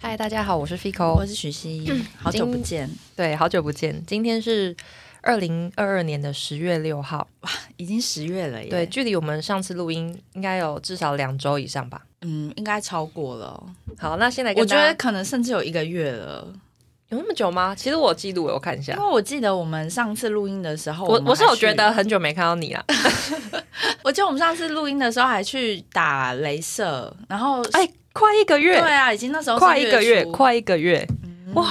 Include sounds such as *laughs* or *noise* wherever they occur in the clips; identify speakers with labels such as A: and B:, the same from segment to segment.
A: 嗨，大家好，我是 Fico，
B: 我是许熙，好久不见，
A: 对，好久不见，今天是二零二二年的十月六号，
B: 已经十月了耶。
A: 对，，距离我们上次录音应该有至少两周以上吧。
B: 嗯，应该超过了，
A: 好，那现在
B: 我
A: 跟
B: 觉
A: 大家
B: 得可能甚至有一个月了，
A: 有那么久吗？其实我有记录，我有看一
B: 因
A: 下。
B: 为我记得我们上次录音的时候，
A: 我
B: 们
A: 我是
B: 还
A: 有觉
B: 去
A: 得，很久没看到你了，
B: 我记得我们上次录音的时候还去打镭射，然后
A: 哎，快一个
B: 对
A: 月，
B: 啊，已经那时候是
A: 快一个月，
B: 初嗯
A: 快一个月。
B: 哇，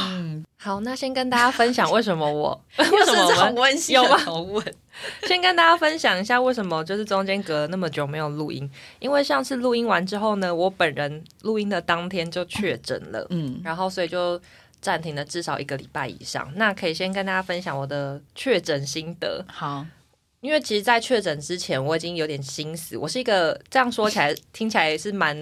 A: 好，那先跟大家分享为什么我
B: *laughs* 为
A: *laughs* 为什么
B: 这
A: 我
B: 种
A: 们
B: 温馨
A: 有吗
B: 的口吻？
A: 先跟大家分享一下为什么就是中间隔了那么久没有录音，因为上次录音完之后呢，我本人录音的当天就确诊了。
B: 嗯，
A: 然后所以就暂停了至少一个礼拜以上。那可以先跟大家分享我的确诊心得，
B: 好，
A: 因为其实，在确诊之前，我已经有点心死。我是一个这样说起来听起来是蛮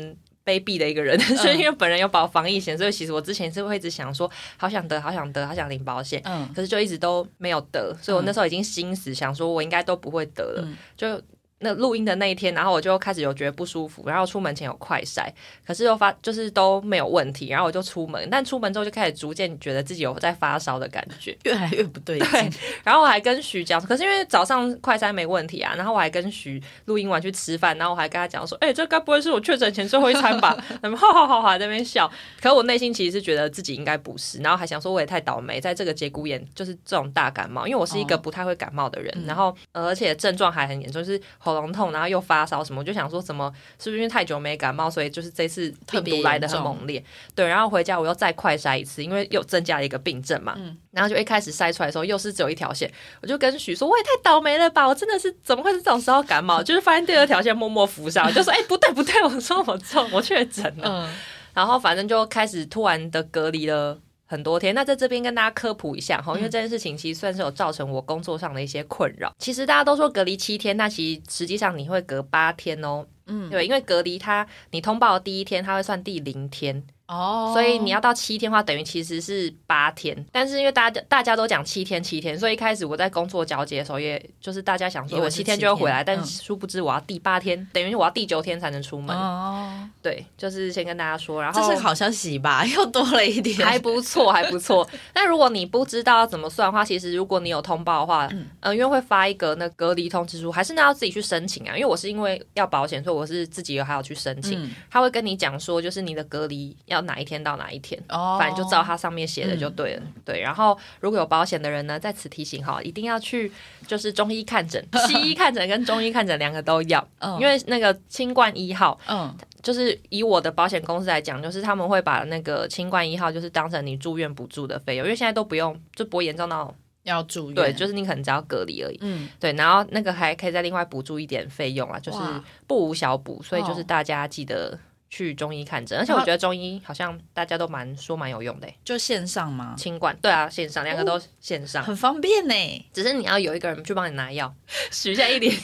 A: 卑鄙的一个人， *laughs* 但是因为本人有保防疫险，所以其实我之前是会一直想说，好想得，好想得，好想领保险。
B: 嗯，
A: 可是就一直都没有得，所以我那时候已经心死，想说我应该都不会得了。
B: 嗯
A: 就那录音的那一天，然后我就开始有觉得不舒服，然后出门前有快筛，可是又发就是都没有问题，然后我就出门，但出门之后就开始逐渐觉得自己有在发烧的感觉，
B: 越来越不对
A: 对
B: 劲，
A: 然后我还跟徐讲，可是因为早上快筛没问题啊，然后我还跟徐录音完去吃饭，然后我还跟他讲说，哎、这该不会是我确诊前最后一餐吧？他们哈哈哈哈在那边笑，可我内心其实是觉得自己应该不是，然后还想说我也太倒霉，在这个节骨眼就是这种大感冒，因为我是
B: 哦
A: 一个不太会感冒的人，
B: 嗯
A: 然后、呃而且症状还很严重，就是喉咙痛，然后又发烧什么，我就想说怎么是不是因为太久没感冒，所以就是这次病
B: 特别
A: 毒
B: 严
A: 来的很
B: 重
A: 猛烈，对，然后回家我又再快筛一次，因为又增加了一个病
B: 嗯
A: 症嘛，然后就一开始筛出来的时候，又是只有一条线，我就跟许说，我也太倒霉了吧！我真的是怎么会是这种时候感冒？就是 *laughs* 发现第二条线默默浮上，我就说，哎、不对不对，我说我中，我确诊了。
B: 嗯，
A: 然后反正就开始突然的隔离了很多天。那在这边跟大家科普一下哈，因为这件事情其实算是有造成我工作上的一些困扰。其实大家都说隔离七天，那其实实际上你会隔八天哦。嗯，对，因为隔离它你通报的第一天，它会算第零天，
B: 哦，
A: 所以你要到七天的话，等于其实是八天。但是因为大家大家都讲七天七天，所以一开始我在工作交接的时候，也就是大家想说
B: 以为
A: 我
B: 是
A: 七天就会回来，
B: 七天
A: 但
B: 嗯
A: 殊不知我要第八天，等于我要第九天才能出门。
B: 哦，
A: 对，就是先跟大家说，然后
B: 这是好消息吧？ *laughs* 又多了一点，
A: 还不错，还不错。那如果你不知道要怎么算的话，其实如果你有通报的话，嗯、因为会发一个那隔离通知书，还是那要自己去申请啊。因为我是因为要保险，所以我是自己有还要去申请。
B: 嗯
A: 他会跟你讲说，就是你的隔离要哪一天到哪一天。
B: 哦，
A: 反正就照它上面
B: 嗯
A: 写的就对了，对。然后如果有保险的人呢，在此提醒哈，一定要去就是中医看
B: *laughs*
A: 诊，西医看诊跟中医看诊两个都要，
B: 嗯
A: 因为那个新冠一号
B: 嗯
A: 就是以我的保险公司来讲，就是他们会把那个新冠一号就是当成你住院补助的费用，因为现在都不用，就不会严重到
B: 要住院，
A: 对，就是你可能只要隔离而已。
B: 嗯。
A: 对，然后那个还可以再另外补助一点费用啦，啊就是
B: 哇
A: 不无小补，所以就是
B: 哦
A: 大家记得去中医看诊，而且我觉得中医好像大家都蛮说蛮有用的欸、
B: 就线上吗？
A: 清管对啊，线上两个都线上，
B: 很方便呢、
A: 只是你要有一个人去帮你拿药， *laughs* 许下一脸一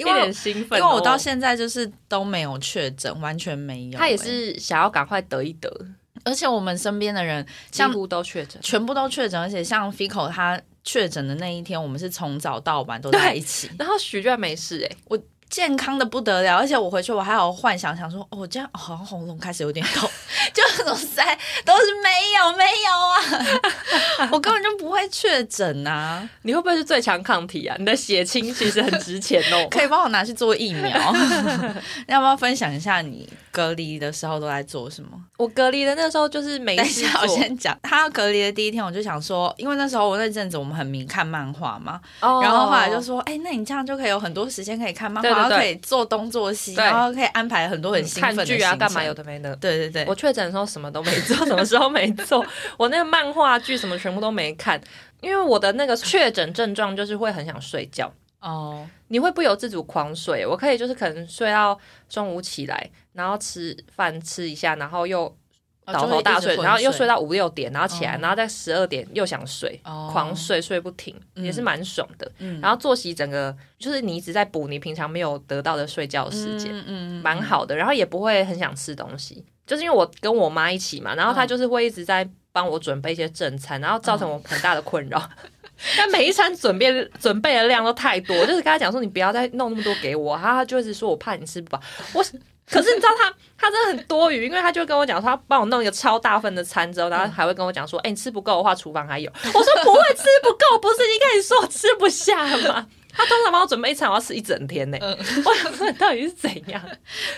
B: 因为
A: 脸兴
B: 因
A: 奋
B: 为
A: 哦、
B: 我到现在就是都没有确诊，完全没有、
A: 他也
B: 欸，
A: 是想要赶快得一得，
B: 而且我们身边的人
A: 几
B: 像
A: 乎都确诊。
B: 全部都确诊，而且像 Fico 他确诊的那一天，我们是从早到晚都在一起，
A: 然后许居然没事哎、
B: 健康的不得了。而且我回去我还有幻想，想说哦，我这样、哦、好像喉咙开始有点
A: *laughs*
B: 痛，就那种塞都是没有没有啊，我根本就不会确诊啊，。
A: 你会不会是最强抗体啊？你的血清其实很值钱哦
B: 可以帮我拿去做疫 *laughs* 苗，要不要分享一下你隔离的时候都在做什么？
A: *laughs* 我隔离的那时候就是没
B: 等一
A: 事
B: 下，我
A: 做
B: 先讲。他要隔离的第一天，我就想说，因为那时候我那阵子我们很迷看漫画嘛，
A: 哦
B: 然后后来就说，哎、那你这样就可以有很多时间可以看漫画，
A: 对对对
B: 然后可以做东做西，
A: 对
B: 然后可以安排很多很兴奋
A: 看
B: 的
A: 剧啊，
B: 行程
A: 干嘛有？的没的。
B: 对对对，
A: 我确诊的时候什么都没 *laughs* 做，什么时候没做，我那个漫画剧什么全部都没看，因为我的那个确诊症状就是会很想睡觉。
B: 哦，
A: 你会不由自主狂睡。我可以就是可能睡到中午起来，然后吃饭吃一下，然后又
B: 哦
A: 倒头大睡，然后又睡
B: 到
A: 到五六点，然后起来，
B: 哦
A: 然后在十二点又想睡，
B: 哦
A: 狂睡睡不停，
B: 嗯
A: 也是蛮爽的。
B: 嗯
A: 然后作息整个就是你一直在补你平常没有得到的睡觉时间，
B: 嗯嗯
A: 蛮、好的。然后也不会很想吃东西，就是因为我跟我妈一起嘛，然后她
B: 嗯
A: 就是会一直在。帮我准备一些正餐，然后造成我很大的困扰。 *laughs* 但每一餐准备准备的量都太多，我就是跟她讲说你不要再弄那么多给我，她她就是说我怕你吃不饱。我可是你知道他，他真的很多余，因为他就跟我讲说，他帮我弄一个超大份的餐之后，然
B: 嗯
A: 后还会跟我讲说，哎、你吃不够的话，厨房还有。我说不会吃不够，不是已经跟你说吃不下吗？他通常帮我准备一餐，我要吃一整天呢、
B: 嗯
A: 我想说你到底是怎样？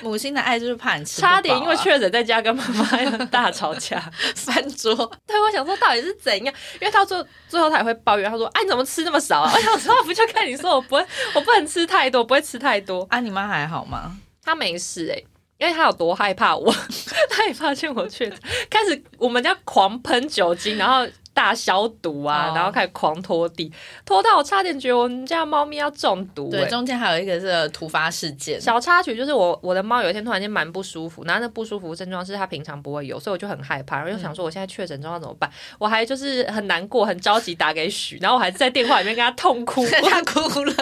B: 母亲的爱就是怕你吃不饱啊、
A: 差点因为确诊在家跟妈妈大吵架。
B: 翻桌，
A: *laughs* 对，我想说到底是怎样？因为他最最后他也会抱怨，他说：“哎、你怎么吃那么少啊？” *laughs* 我想说，不就看你说我不会，我不能吃太多，不会吃太多。
B: *laughs* 啊，你妈还好吗？
A: 他没事哎、因为他有多害怕我， *laughs* 他也发现我确诊，开始我们家狂喷酒精，然后大消毒啊
B: 哦
A: 然后开始狂拖地，拖到我差点觉得我们家猫咪要中毒、欸。
B: 对，中间还有一个是突发事件，
A: 小插曲就是我我的猫有一天突然间蛮不舒服，然后那不舒服的症状是它平常不会有，所以我就很害怕，然后又想说我现在确诊状况怎么办？我还就是很难过，很着急打给许，然后我还在电话里面跟他痛
B: *laughs*
A: 哭，我 *laughs*
B: 她哭了，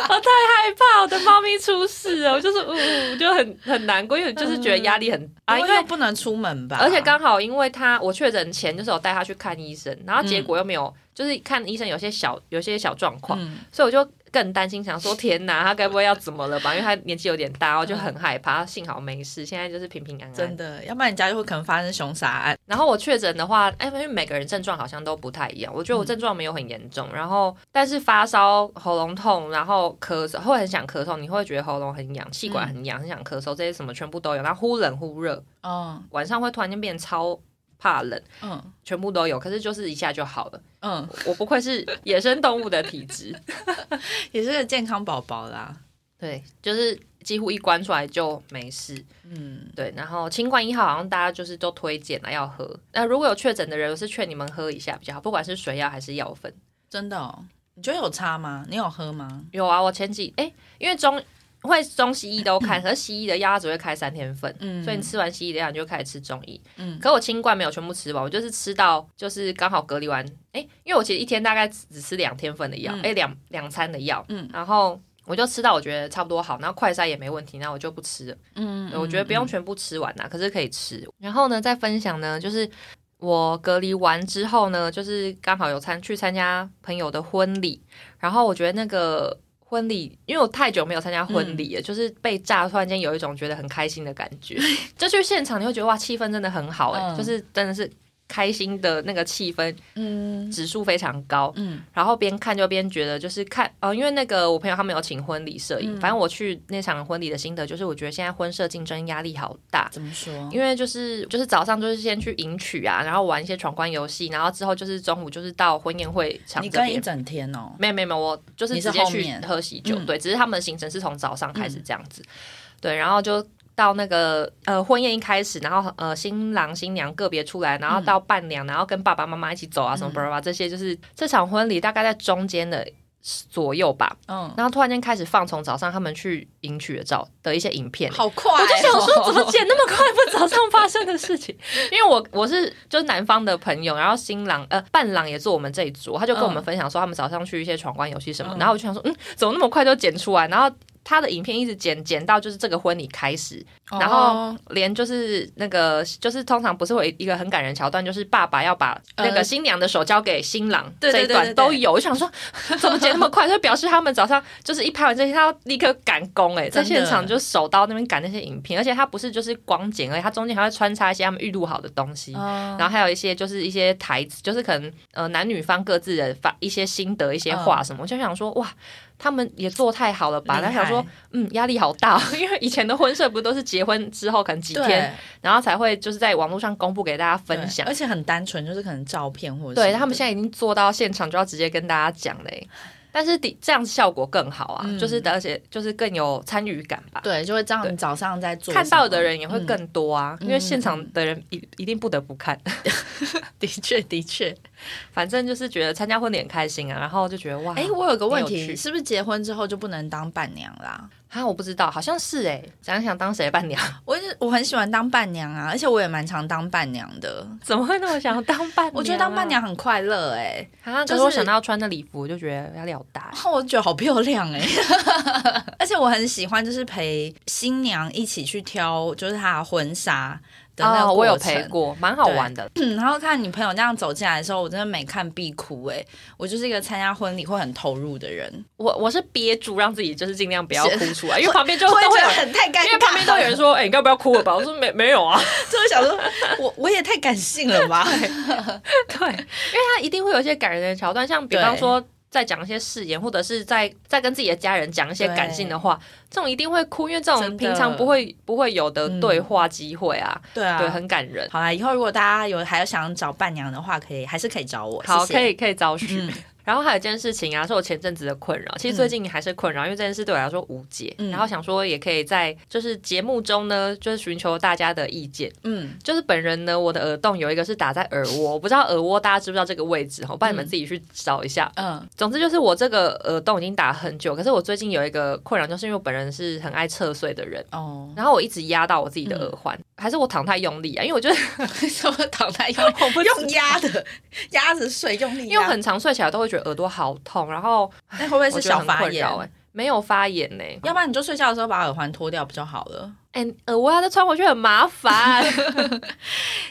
A: 害怕我的猫咪出事了，我就是呜、呜我就很很难过，因为就是觉得压力很大，
B: 啊，
A: 因
B: *laughs* 因
A: 为
B: 为不能出门吧，嗯
A: 而且刚好因为他我确诊前就是有带他去看医生，然后结果又没有，就是看医生有些小有些小状况，
B: 嗯
A: 所以我就更担心，想说天哪，他该不会要怎么了吧？因为他年纪有点大，我就很害怕。幸好没事，现在就是平平安
B: 真
A: 安。
B: 的，要不然你家就会可能发生凶杀案。
A: 然后我确诊的话，哎，因为每个人症状好像都不太一样，我觉得我
B: 嗯
A: 症状没有很严重，然后但是发烧、喉咙痛，然后咳嗽，会很想咳嗽，你会觉得喉咙很痒、气管很痒、很想咳嗽，这些什么全部都有。然后忽冷忽热，
B: 嗯
A: 晚上会突然间变超怕冷，
B: 嗯
A: 全部都有，可是就是一下就好了。
B: 嗯，
A: 我不愧是野生动物的体质， *laughs*
B: 也是个健康宝宝啦。
A: 对，就是几乎一关出来就没事。
B: 嗯，
A: 对，然后清冠一号好像大家就是都推荐了要喝。那如果有确诊的人，我是劝你们喝一下比较好，不管是水药还是药粉。
B: 真的、哦，你觉得有差吗？你有喝吗？
A: 有啊，我前几哎、因为中会中西医都看，可是西医的药它只会开三天份。
B: 嗯
A: 所以你吃完西医的药，你就开始吃中医。
B: 嗯
A: 可我清冠没有全部吃完，我就是吃到就是刚好隔离完，哎、因为我其实一天大概只只吃两天份的药，
B: 嗯
A: 哎、两两餐的药，
B: 嗯
A: 然后我就吃到我觉得差不多好，然后快筛也没问题，那我就不吃了。
B: 嗯
A: 对我觉得不用全部吃完呐、啊可是可以吃。然后呢，再分享呢，就是我隔离完之后呢，就是刚好有参去参加朋友的婚礼，然后我觉得那个婚礼，因为我太久没有参加婚
B: 嗯
A: 礼了，就是被炸，突然间有一种觉得很开心的感觉。 *laughs* 就去现场你会觉得哇，气氛真的很好哎、
B: 嗯
A: 就是真的是开心的那个气氛
B: 嗯
A: 指数非常高。
B: 嗯
A: 然后边看就边觉得，就是看哦，因为那个我朋友他们有请婚礼摄影，
B: 嗯
A: 反正我去那场婚礼的心得就是，我觉得现在婚摄竞争压力好大。
B: 怎么说？
A: 因为就是就是早上就是先去迎娶啊，然后玩一些闯关游戏，然后之后就是中午就是到婚宴会场
B: 你
A: 这
B: 跟一
A: 边。
B: 整天哦，
A: 没有没有没有，我就是
B: 你是
A: 直接
B: 后
A: 去
B: 面
A: 喝喜酒，
B: 嗯
A: 对，只是他们的行程是从早上开始这样子，对，然后就到那个呃婚宴一开始，然后呃新郎新娘个别出来，然后到伴娘，然后跟爸爸妈妈一起走
B: 嗯
A: 啊什么巴拉巴拉这些，就是这场婚礼大概在中间的左右吧，
B: 嗯，
A: 然后突然间开始放从早上他们去迎娶的照的一些影片，
B: 好快、哦，
A: 我就想说，怎么
B: *laughs*
A: 剪那么快？不早上发生的事情，因为我我是就是南方的朋友，然后新郎呃伴郎也坐我们这一桌，他就跟我们分享说他们早上去一些闯关游戏什么，
B: 嗯
A: 然后我就想说，嗯，怎么那么快就剪出来？然后他的影片一直剪剪到就是这个婚礼开始，
B: 哦
A: 然后连就是那个就是通常不是会有一个很感人桥段，就是爸爸要把那个
B: 呃
A: 新娘的手交给新郎，
B: 对
A: 这
B: 对
A: 一
B: 对
A: 段
B: 对对
A: 都有。我想说怎么剪那么快， *laughs* 就表示他们早上就是一拍完这些，他要立刻赶工哎、在
B: 真的
A: 现场就手刀那边赶那些影片，而且他不是就是光剪而已，他中间还会穿插一些他们预录好的东西。
B: 嗯
A: 然后还有一些就是一些台词，就是可能呃男女方各自的发一些心得、一些话什么，我就想说哇，他们也做太好了吧？
B: 嗯厉害
A: 然后想说嗯，压力好大、哦，因为以前的婚摄不都是结婚之后可能几天，
B: 对
A: 然后才会就是在网络上公布给大家分享
B: 对。而且很单纯，就是可能照片或者
A: 对
B: 什么
A: 他们现在已经做到现场就要直接跟大家讲嘞，但是的这样效果更好啊，
B: 嗯
A: 就是而且就是更有参与感吧。
B: 对，就会知道
A: 对
B: 你早上在做，嗯
A: 看到的，人也会更多啊，因为现场的人一一定不得不
B: *laughs*
A: 看。
B: 的确的确。
A: 反正就是觉得参加婚礼很开心啊，然后就觉得哇，
B: 哎、我有个
A: 很
B: 问
A: 有
B: 题，
A: 趣
B: 是不是结婚之后就不能当伴娘啦？
A: 啊，我不知道，好像是哎、想想当谁
B: *laughs*
A: 伴娘，
B: 我一直我很喜欢当伴娘啊，而且我也蛮常当伴娘的。
A: 怎么会那么想要当伴娘啊、
B: 我觉得当伴娘很快乐哎、
A: 啊，可
B: 就是
A: 是哦我想到穿的礼服，我就觉得压力好大、
B: 然后我觉得好漂亮
A: *laughs*
B: 哎、而且我很喜欢就是陪新娘一起去挑，就是她的婚纱。的那个
A: 哦，我有
B: 过程
A: 陪过，蛮好玩的。
B: 嗯，然后看你朋友那样走进来的时候，我真的每看必哭哎、我就是一个参加婚礼会很投入的人，
A: 我我是憋住，让自己就是尽量不要
B: 是
A: 哭 *laughs* 出来，因为旁边就都
B: 会
A: 会有
B: 觉得
A: 人，
B: 很太尴尬，
A: 因为旁边都有人说：“哎、你该不要哭了吧？”我说：“没没有啊。
B: 就是想说，我我也太感性了吧？”
A: *laughs* 对，因为他一定会有一些感人的桥段，像比
B: 对
A: 方说在讲一些誓言，或者是在在跟自己的家人讲一些感性的话，这种一定会哭，因为这种
B: 真的
A: 平常不会不会有的对话机会啊，
B: 对
A: 嗯对，
B: 啊。
A: 很感人。
B: 好啦，以后如果大家有还有想找伴娘的话，可以还是可以找我。
A: 好，
B: 谢谢
A: 可以可以找许。
B: 嗯
A: *laughs* 然后还有一件事情啊，是我前阵子的困扰，其实最近还是困扰，因为这件事对我来说无解。
B: 嗯
A: 然后想说，也可以在就是节目中呢，就是寻求大家的意见。
B: 嗯，
A: 就是本人呢，我的耳洞有一个是打在耳窝，我不知道耳窝大家知不知道这个位置哈，我帮你们自己去找一下。
B: 嗯
A: 总之就是我这个耳洞已经打很久，可是我最近有一个困扰，就是因为我本人是很爱侧睡的人。
B: 哦， *laughs*
A: 然后我一直压到我自己
B: 嗯
A: 的耳环，还是我躺太用力啊？因为我觉得
B: 什么躺在用
A: *laughs* 我不
B: 用压的压着睡，用力
A: 因为我
B: 压，
A: 很常睡起来都会觉得耳朵好痛，然后
B: 那会不会
A: 我
B: 是
A: 觉得
B: 小
A: 很
B: 发
A: 困
B: 炎
A: 扰？哎，没有发炎呢、
B: 欸要不然你就睡觉的时候把耳环脱掉不就好了？
A: 哎、耳窝要再穿回去很麻烦。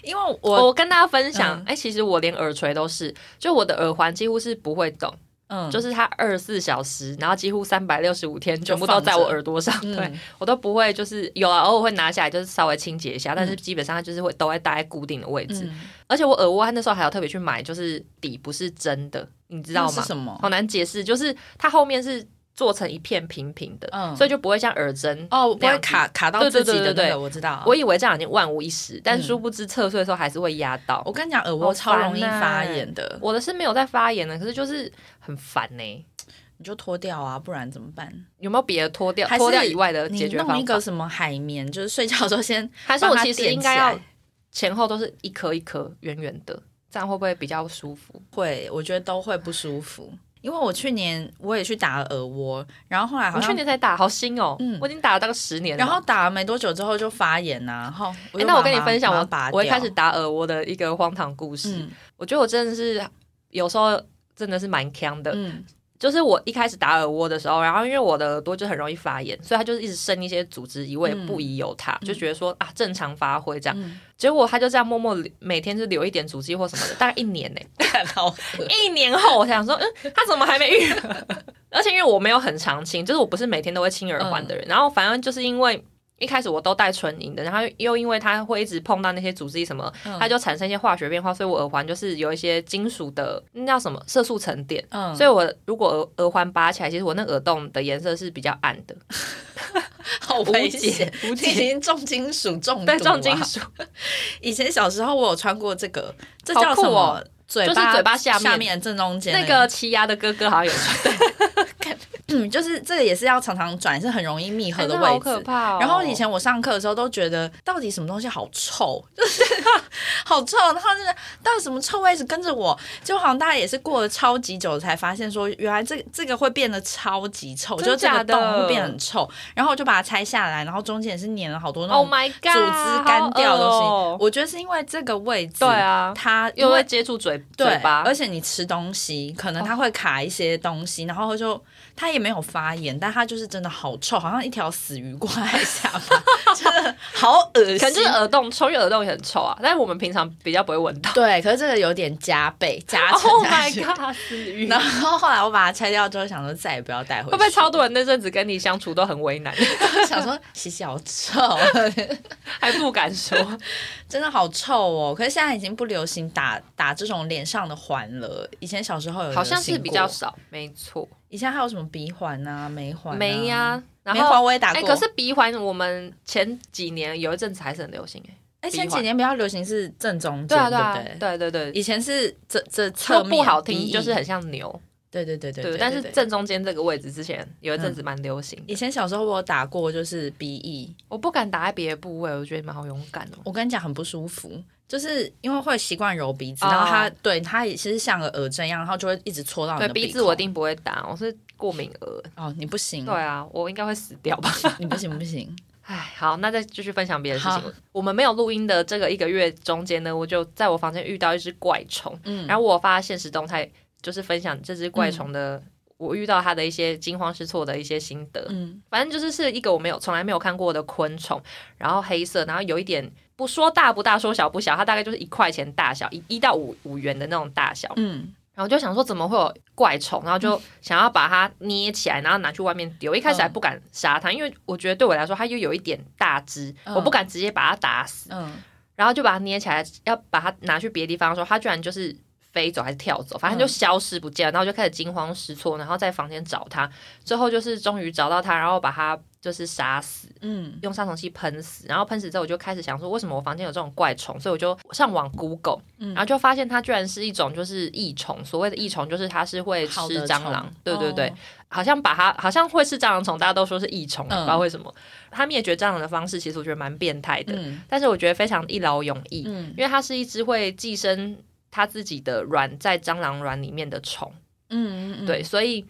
B: 因为
A: 我
B: *laughs* 我
A: 跟大家分享，
B: 嗯
A: 哎、其实我连耳垂都是，就我的耳环几乎是不会动，
B: 嗯
A: 就是是它二十四小时，然后几乎三百六十五天全部都
B: 放着
A: 在我耳朵上，对
B: 嗯
A: 我都不会就是有啊，偶尔会拿下来就是稍微清洁一下，但是基本上它就是会都会待在固定的位置，
B: 嗯，
A: 而且我耳窝那时候还有特别去买，就是底不是真的，你知
B: 知
A: 道
B: 是
A: 吗？
B: 什么？
A: 好难解释，就是它后面是做成一片平平的，
B: 嗯
A: 所以就不会像耳针。
B: 哦，不
A: 那
B: 会
A: 样子
B: 卡卡到
A: 对对
B: 自己
A: 对
B: 的
A: 对对
B: 那个，我知道。
A: 我以为这样已经万无一失，但
B: 嗯
A: 殊不知侧睡的时候还是会压到。
B: 我跟你讲，耳
A: 好
B: 蜗超容易
A: 烦啊
B: 发
A: 欸
B: 炎的，
A: 我的是没有在发炎的，可是就是很烦呢、
B: 你就脱掉啊，不然怎么办？
A: 有没有别的脱掉
B: 还是
A: 脱掉以外的
B: 你
A: 呃解决
B: 弄一
A: 方法
B: 个？什么海绵，就是睡觉的时候先
A: 还是我
B: 把它
A: 其实
B: 垫
A: 应该
B: 起来
A: 要前后都是一颗一颗圆圆的，这样会不会比较舒服？
B: 会，我觉得都会不舒服。因为我去年我也去打了耳蜗，然后后来好
A: 我去
B: 像，
A: 年才打，好新哦，
B: 嗯
A: 我已经打了大概十年了。
B: 然后打了没多久之后就发炎啊呐、然后
A: 诶、
B: 就
A: 那我
B: 把
A: 跟你
B: 它
A: 分享
B: 把它
A: 我
B: 拔
A: 我一
B: 掉
A: 开始打耳蜗的一个荒唐故事。
B: 嗯
A: 我觉得我真的是有时候真的是蛮强的，
B: 嗯
A: 就是我一开始打耳蜗的时候，然后因为我的耳朵就很容易发炎，所以它就是一直生一些组织移位，
B: 嗯
A: 不宜有它，就觉得说啊正常发挥这样。 *laughs*
B: 嗯，
A: 结果他就这样默默留每天就留一点组织或什么的，大概一年
B: *laughs*
A: 呢、
B: 好恶，
A: 一年后我想说，嗯，他怎么还没愈合？ *laughs* 而且因为我没有很常清，就是我不是每天都会清耳环
B: 嗯
A: 的人，然后反正就是因为。一开始我都戴纯银的，然后又因为它会一直碰到那些组织什么，
B: 嗯
A: 它就产生一些化学变化，所以我耳环就是有一些金属的那叫什么色素沉淀，*laughs*
B: 嗯，
A: 所以
B: 以
A: 我如果耳耳环拔起来，其实我那耳洞的颜色是比较暗 *laughs* 的，
B: 好
A: 无
B: 危
A: 解
B: 险。
A: 无
B: 这
A: 解，
B: 已经重金属中毒、啊，
A: 对重金 *laughs* 属，
B: 以前小时候我有穿过这个，这
A: 好
B: 叫
A: 酷
B: 什么？
A: 哦
B: 嘴
A: 就是
B: 巴
A: 嘴巴下面
B: 下面正中间
A: 那个奇牙的哥哥好像有 *laughs* 穿，
B: 嗯，就是这个也是要常常转，是很容易密合的
A: 真
B: 位
A: 好
B: 置
A: 可。怕、哦。
B: 然后以前我上课的时候都觉得，到底什么东西好臭，就是 *laughs* 好臭，然后就是到底什么臭味一直跟着我，就好像大家也是过了超级久才发现说，原来这这个会变得超级臭，
A: 真
B: 就这
A: 假
B: 个
A: 的
B: 洞会变得很臭。然后我就把它拆下来，然后中间也是粘了好多那
A: Oh
B: 种
A: my God，
B: 组织干掉的东西。
A: 好恶哦
B: 我觉得是因为这个位置，
A: 对啊，
B: 它因
A: 又
B: 为
A: 会接触嘴
B: 对
A: 嘴巴，
B: 而且你吃东西，可能它会卡一些东西，然后就它也没有发炎，但它就是真的好臭，好像一条死鱼挂在下巴， *laughs* 真的好恶心。
A: 可能就是耳洞臭，因为耳洞也很臭啊。但是我们平常比较不会闻到。
B: 对，可是这个有点加倍加
A: *laughs*
B: 成
A: Oh
B: 下
A: my *laughs*
B: 去。
A: god，死鱼
B: 然
A: 会
B: 后后来我把它拆掉之后，想说再也不要带回去，
A: 不会超多人那阵子跟你相处都很为难，
B: 想说洗洗好臭，
A: 还不敢 *laughs* 说？
B: *laughs* 真的好臭哦！可是现在已经不流行打打这种脸上的环了，以前小时候有
A: 好像
B: 流
A: 是
B: 行
A: 比较
B: 过，
A: 少，没错，
B: 以前还有什么鼻环啊、眉环、啊、
A: 没呀、然
B: 眉环
A: 后，
B: 我也打
A: 哎、
B: 过，
A: 可是鼻环我们前几年有一阵子还是很流行哎、
B: 哎，
A: 鼻
B: 前几
A: 环
B: 年比较流行是正中间，
A: 对啊，对
B: 不
A: 啊
B: 对，？
A: 对对对，
B: 以前是这这侧
A: 说
B: 面
A: 不好
B: 鼻
A: 听
B: 翼
A: 就是很像牛，
B: 对对对对
A: 对
B: 对，
A: 但是
B: 对嗯
A: 正中间这个位置之前有一阵子蛮流行的，
B: 以前小时候我有打过，就是鼻翼，
A: 我不敢打在别的部位，我觉得蛮好勇敢哦。
B: 我跟你讲很不舒服，就是因为会习惯揉鼻子，
A: 哦
B: 然后它对它也是像个耳针一样，然后就会一直戳到你
A: 对
B: 的
A: 鼻子
B: 孔
A: 我一定不会打，我是过敏儿。
B: 哦，你不行，
A: 对啊，我应该会死掉吧。
B: *laughs* 你不行
A: *laughs*
B: 不行，
A: 唉，好，那再继续分享别的事情
B: 好。
A: 我们没有录音的这个一个月中间呢，我就在我房间遇到一只怪虫，
B: 嗯
A: 然后我发现实动态就是分享这只怪虫的。我遇到他的一些惊慌失措的一些心得。
B: 嗯，
A: 反正就是是一个我没有从来没有看过的昆虫，然后黑色，然后有一点不说大不大，说小不小，它大概就是一块钱大小，一一到五五元的那种大小。
B: 嗯，
A: 然后就想说怎么会有怪虫，然后就想要把它捏起来，然后拿去外面丢。一开始还不敢杀它，因为我觉得对我来说它又有一点大只，
B: 嗯
A: 我不敢直接把它打死。
B: 嗯，
A: 然后就把它捏起来，要把它拿去别的地方的时候，它居然就是飞走还是跳走，反
B: 嗯
A: 正就消失不见了。然后就开始惊慌失措，然后在房间找它，最后就是终于找到它，然后把它就是杀死，
B: 嗯，
A: 用杀虫剂喷死。然后喷死之后，我就开始想说，为什么我房间有这种怪虫？所以我就上网 Google，、
B: 嗯
A: 然后就发现它居然是一种就是益虫。所谓的益虫就是它是会吃
B: 好的
A: 蟑
B: 虫
A: 螂，对对对，
B: 哦
A: 好像把它好像会是蟑螂虫，大家都说是益虫，啊
B: 嗯
A: 不知道为什么。它灭绝蟑螂的方式其实我觉得蛮变态的，
B: 嗯
A: 但是我觉得非常一劳永逸，
B: 嗯
A: 因为它是一只会寄生它自己的卵在蟑螂卵里面的虫，
B: 嗯嗯，
A: 对，所以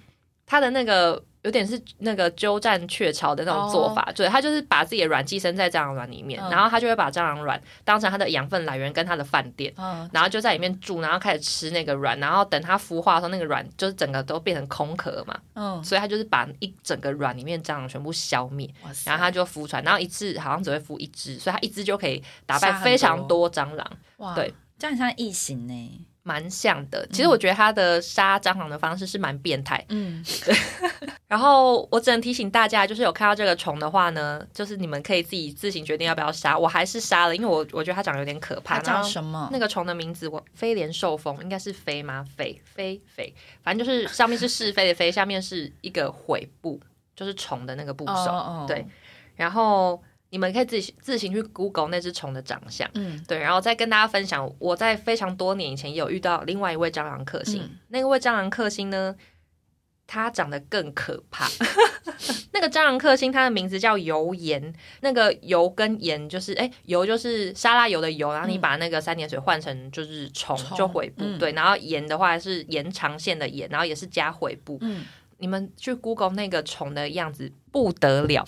A: 它的那个有点是那个鸠占鹊巢的那种做法，对，它就是把自己的卵寄生在蟑螂卵里面，
B: 哦嗯
A: 然后它就会把蟑螂卵当成它的养分来源跟它的饭店。
B: 嗯，
A: 然后就在里面住，然后开始吃那个卵，然后等它孵化的时候，那个卵就是整个都变成空壳嘛，
B: 嗯嗯，
A: 所以它就是把一整个卵里面蟑螂全部消灭。
B: 哇塞
A: 然后它就孵出来，然后一次好像只会孵一只，所以它一只就可以打败
B: 杀很
A: 非常
B: 多
A: 多蟑螂，
B: 哇，
A: 对，
B: 这样很像异形呢，
A: 蛮像的。其实我觉得它的杀蟑螂的方式是蛮变态。
B: 嗯，
A: 然后我只能提醒大家，就是有看到这个虫的话呢，就是你们可以自己自行决定要不要杀。我还是杀了，因为我我觉得它长得有点可怕。
B: 它
A: 然
B: 叫
A: 后
B: 什么？
A: 那个虫的名字我飞廉兽蜂，应该是飞吗？飞飞飞，反正就是上面是是非的飞，下面是一个悔部，就是虫的那个部首。
B: 哦
A: 对，然后你们可以自己自行去 Google 那只虫的长相。
B: 嗯
A: 对，然后再跟大家分享，我在非常多年以前也有遇到另外一位蟑螂克星，
B: 嗯
A: 那位蟑螂克星呢，它长得更可
B: *laughs*
A: 怕。 *laughs* 那个蟑螂克星，它的名字叫油盐，那个油跟盐就是，哎，油就是沙拉油的油，然后你
B: 嗯
A: 把那个三点水换成就是虫，
B: 虫
A: 就回部、
B: 嗯
A: 对，然后盐的话是延长线的盐，然后也是加回部，
B: 嗯，
A: 你们去 Google 那个虫的样子不得了，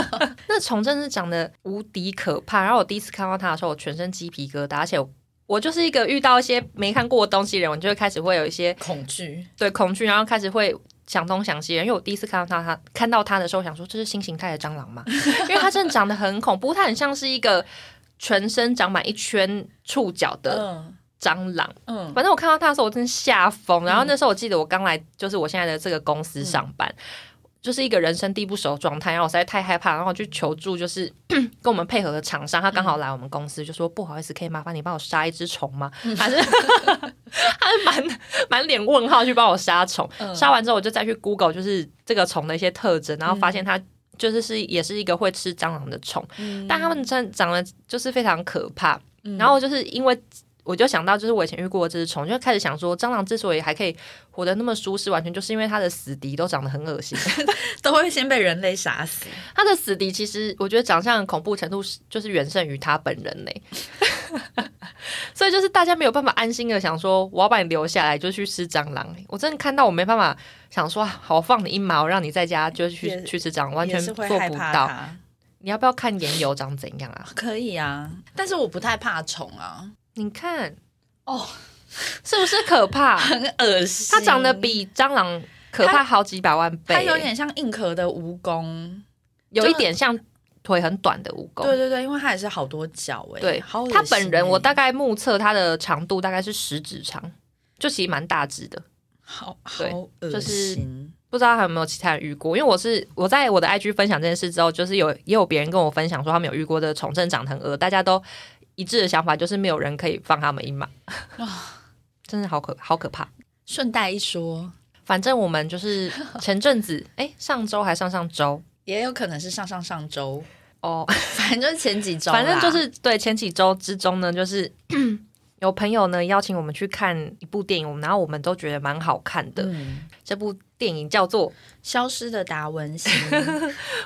A: *laughs* 那虫真是长得无敌可怕。然后我第一次看到它的时候，我全身鸡皮疙瘩，而且我我就是一个遇到一些没看过的东西的人，我就会开始会有一些
B: 恐惧，
A: 对恐惧，然后开始会。想东想西，因为我第一次看到它，它看到它的时候，想说这是新形态的蟑螂嘛，因为它真的长得很恐怖，它很像是一个全身长满一圈触角的
B: 嗯
A: 蟑螂，
B: 嗯
A: 反正我看到他的时候，我真的吓疯。然后那时候我记得我刚来，就是我现在的这个公司上班，
B: 嗯
A: 就是一个人生地不熟的状态，然后我实在太害怕，然后我去求助，就是 *clears throat* 跟我们配合的厂商，他刚好来我们公司，就说不好意思，可以麻烦你帮我杀一只虫吗？
B: 嗯
A: 还是 *laughs* 还是满满脸问号去帮我杀虫。
B: 嗯
A: 杀完之后，我就再去 Google 就是这个虫的一些特征，然后发现它就是是也是一个会吃蟑螂的虫。
B: 嗯
A: 但他们真的长得就是非常可怕。
B: 嗯
A: 然后就是因为我就想到，就是我以前遇过的这只虫，就开始想说，蟑螂之所以还可以活得那么舒适，完全就是因为它的死敌都长得很恶
B: *laughs*
A: 心。
B: 都会先被人类杀死，
A: 它的死敌其实我觉得长相的恐怖程度是就是远胜于它本人嘞。所以就是大家没有办法安心的想说，我要把你留下来，就去吃蟑螂。我真的看到我没办法想说，好我放你一马，我让你在家就去
B: 也
A: 去吃蟑螂，完全
B: 也是会
A: 做
B: 害
A: 不
B: 怕
A: 到。
B: 它
A: 你要不要看岩油长怎样啊？
B: 可以啊，但是我不太怕虫啊，
A: 你看
B: 哦，
A: 是不是可怕？
B: 很恶心。
A: 它长得比蟑螂可怕好几百万倍、
B: 它有点像硬壳的蜈蚣，
A: 有一点像腿很短的蜈蚣。
B: 对对对，因为它也是好多脚哎、
A: 哦对
B: 好恶心
A: 它
B: 欸、
A: 本人我大概目测它的长度大概是十指长，就其实蛮大只的。
B: 好
A: 对
B: 好
A: 就
B: 恶
A: 是
B: 心，
A: 不知道还有没有其他人遇过？因为我是我在我的 IG 分享这件事之后，就是有也有别人跟我分享说他们有遇过这个虫，真的长得很恶，大家都一致的想法就是没有人可以放他们一马，真的好可好可怕。
B: 顺带一说，
A: 反正我们就是前阵子，哎、上周还上上
B: *laughs*
A: 周
B: 也有可能是上上上周， *laughs*
A: 哦，
B: 反正就是前几周啦，
A: 反正就是对前几周之中呢，就是 *clears throat* 有朋友呢邀请我们去看一部电影，然后我们都觉得蛮好看的。
B: 嗯，
A: 这部电影叫做，
B: 消
A: *laughs*
B: 失的达文西，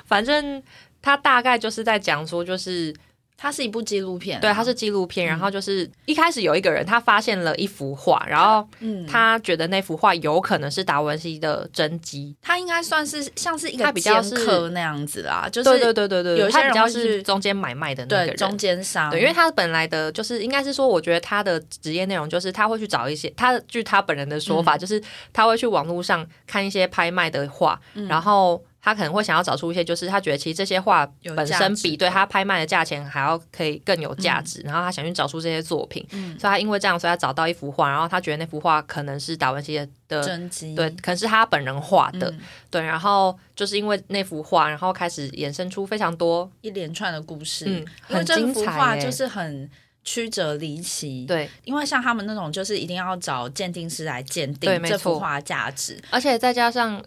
A: 反正它大概就是在讲说，就是
B: 它是一部纪录片，啊
A: 对，它是纪录片，然后就是一开始有一个人他发现了一幅画，然后
B: 嗯，它
A: 他觉得那幅画有可能是达文西的真迹，
B: 它应该算是像是一
A: 它
B: 个
A: 比较
B: 剑
A: 是
B: 客那样子啦，就是
A: 对对对对对，
B: 有一些
A: 他比
B: 人
A: 较
B: 会
A: 是
B: 是
A: 中间买卖的那个
B: 对
A: 人，
B: 中间商，
A: 对，因为他本来的就是应该是说，我觉得他的职业内容就是他会去找一些他据他本人的说
B: 嗯
A: 法，就是他会去网络上看一些拍卖的画，
B: 嗯
A: 然后。他可能会想要找出一些，就是他觉得其实这些画
B: 有
A: 本
B: 价
A: 身
B: 值
A: 比
B: 的嗯
A: 对他拍卖的价钱还要可以更有价值，然后他想去找出这些作品，所以他因为这样，所以他找到一幅画，然后他觉得那幅画可能是达文西的的
B: 真机
A: 对，可能是他本人画的，
B: 嗯
A: 对，然后就是因为那幅画，然后开始衍生出非常多，
B: 一连串的故事，
A: 嗯，
B: 因为
A: 很
B: 这
A: 精
B: 幅
A: 彩、
B: 画
A: 欸，
B: 就是很曲折离奇。
A: 对，
B: 因为像他们那种，就是一定要找鉴定师来鉴
A: 对
B: 定
A: 没
B: 这
A: 错
B: 幅画的价值。
A: 而且再加上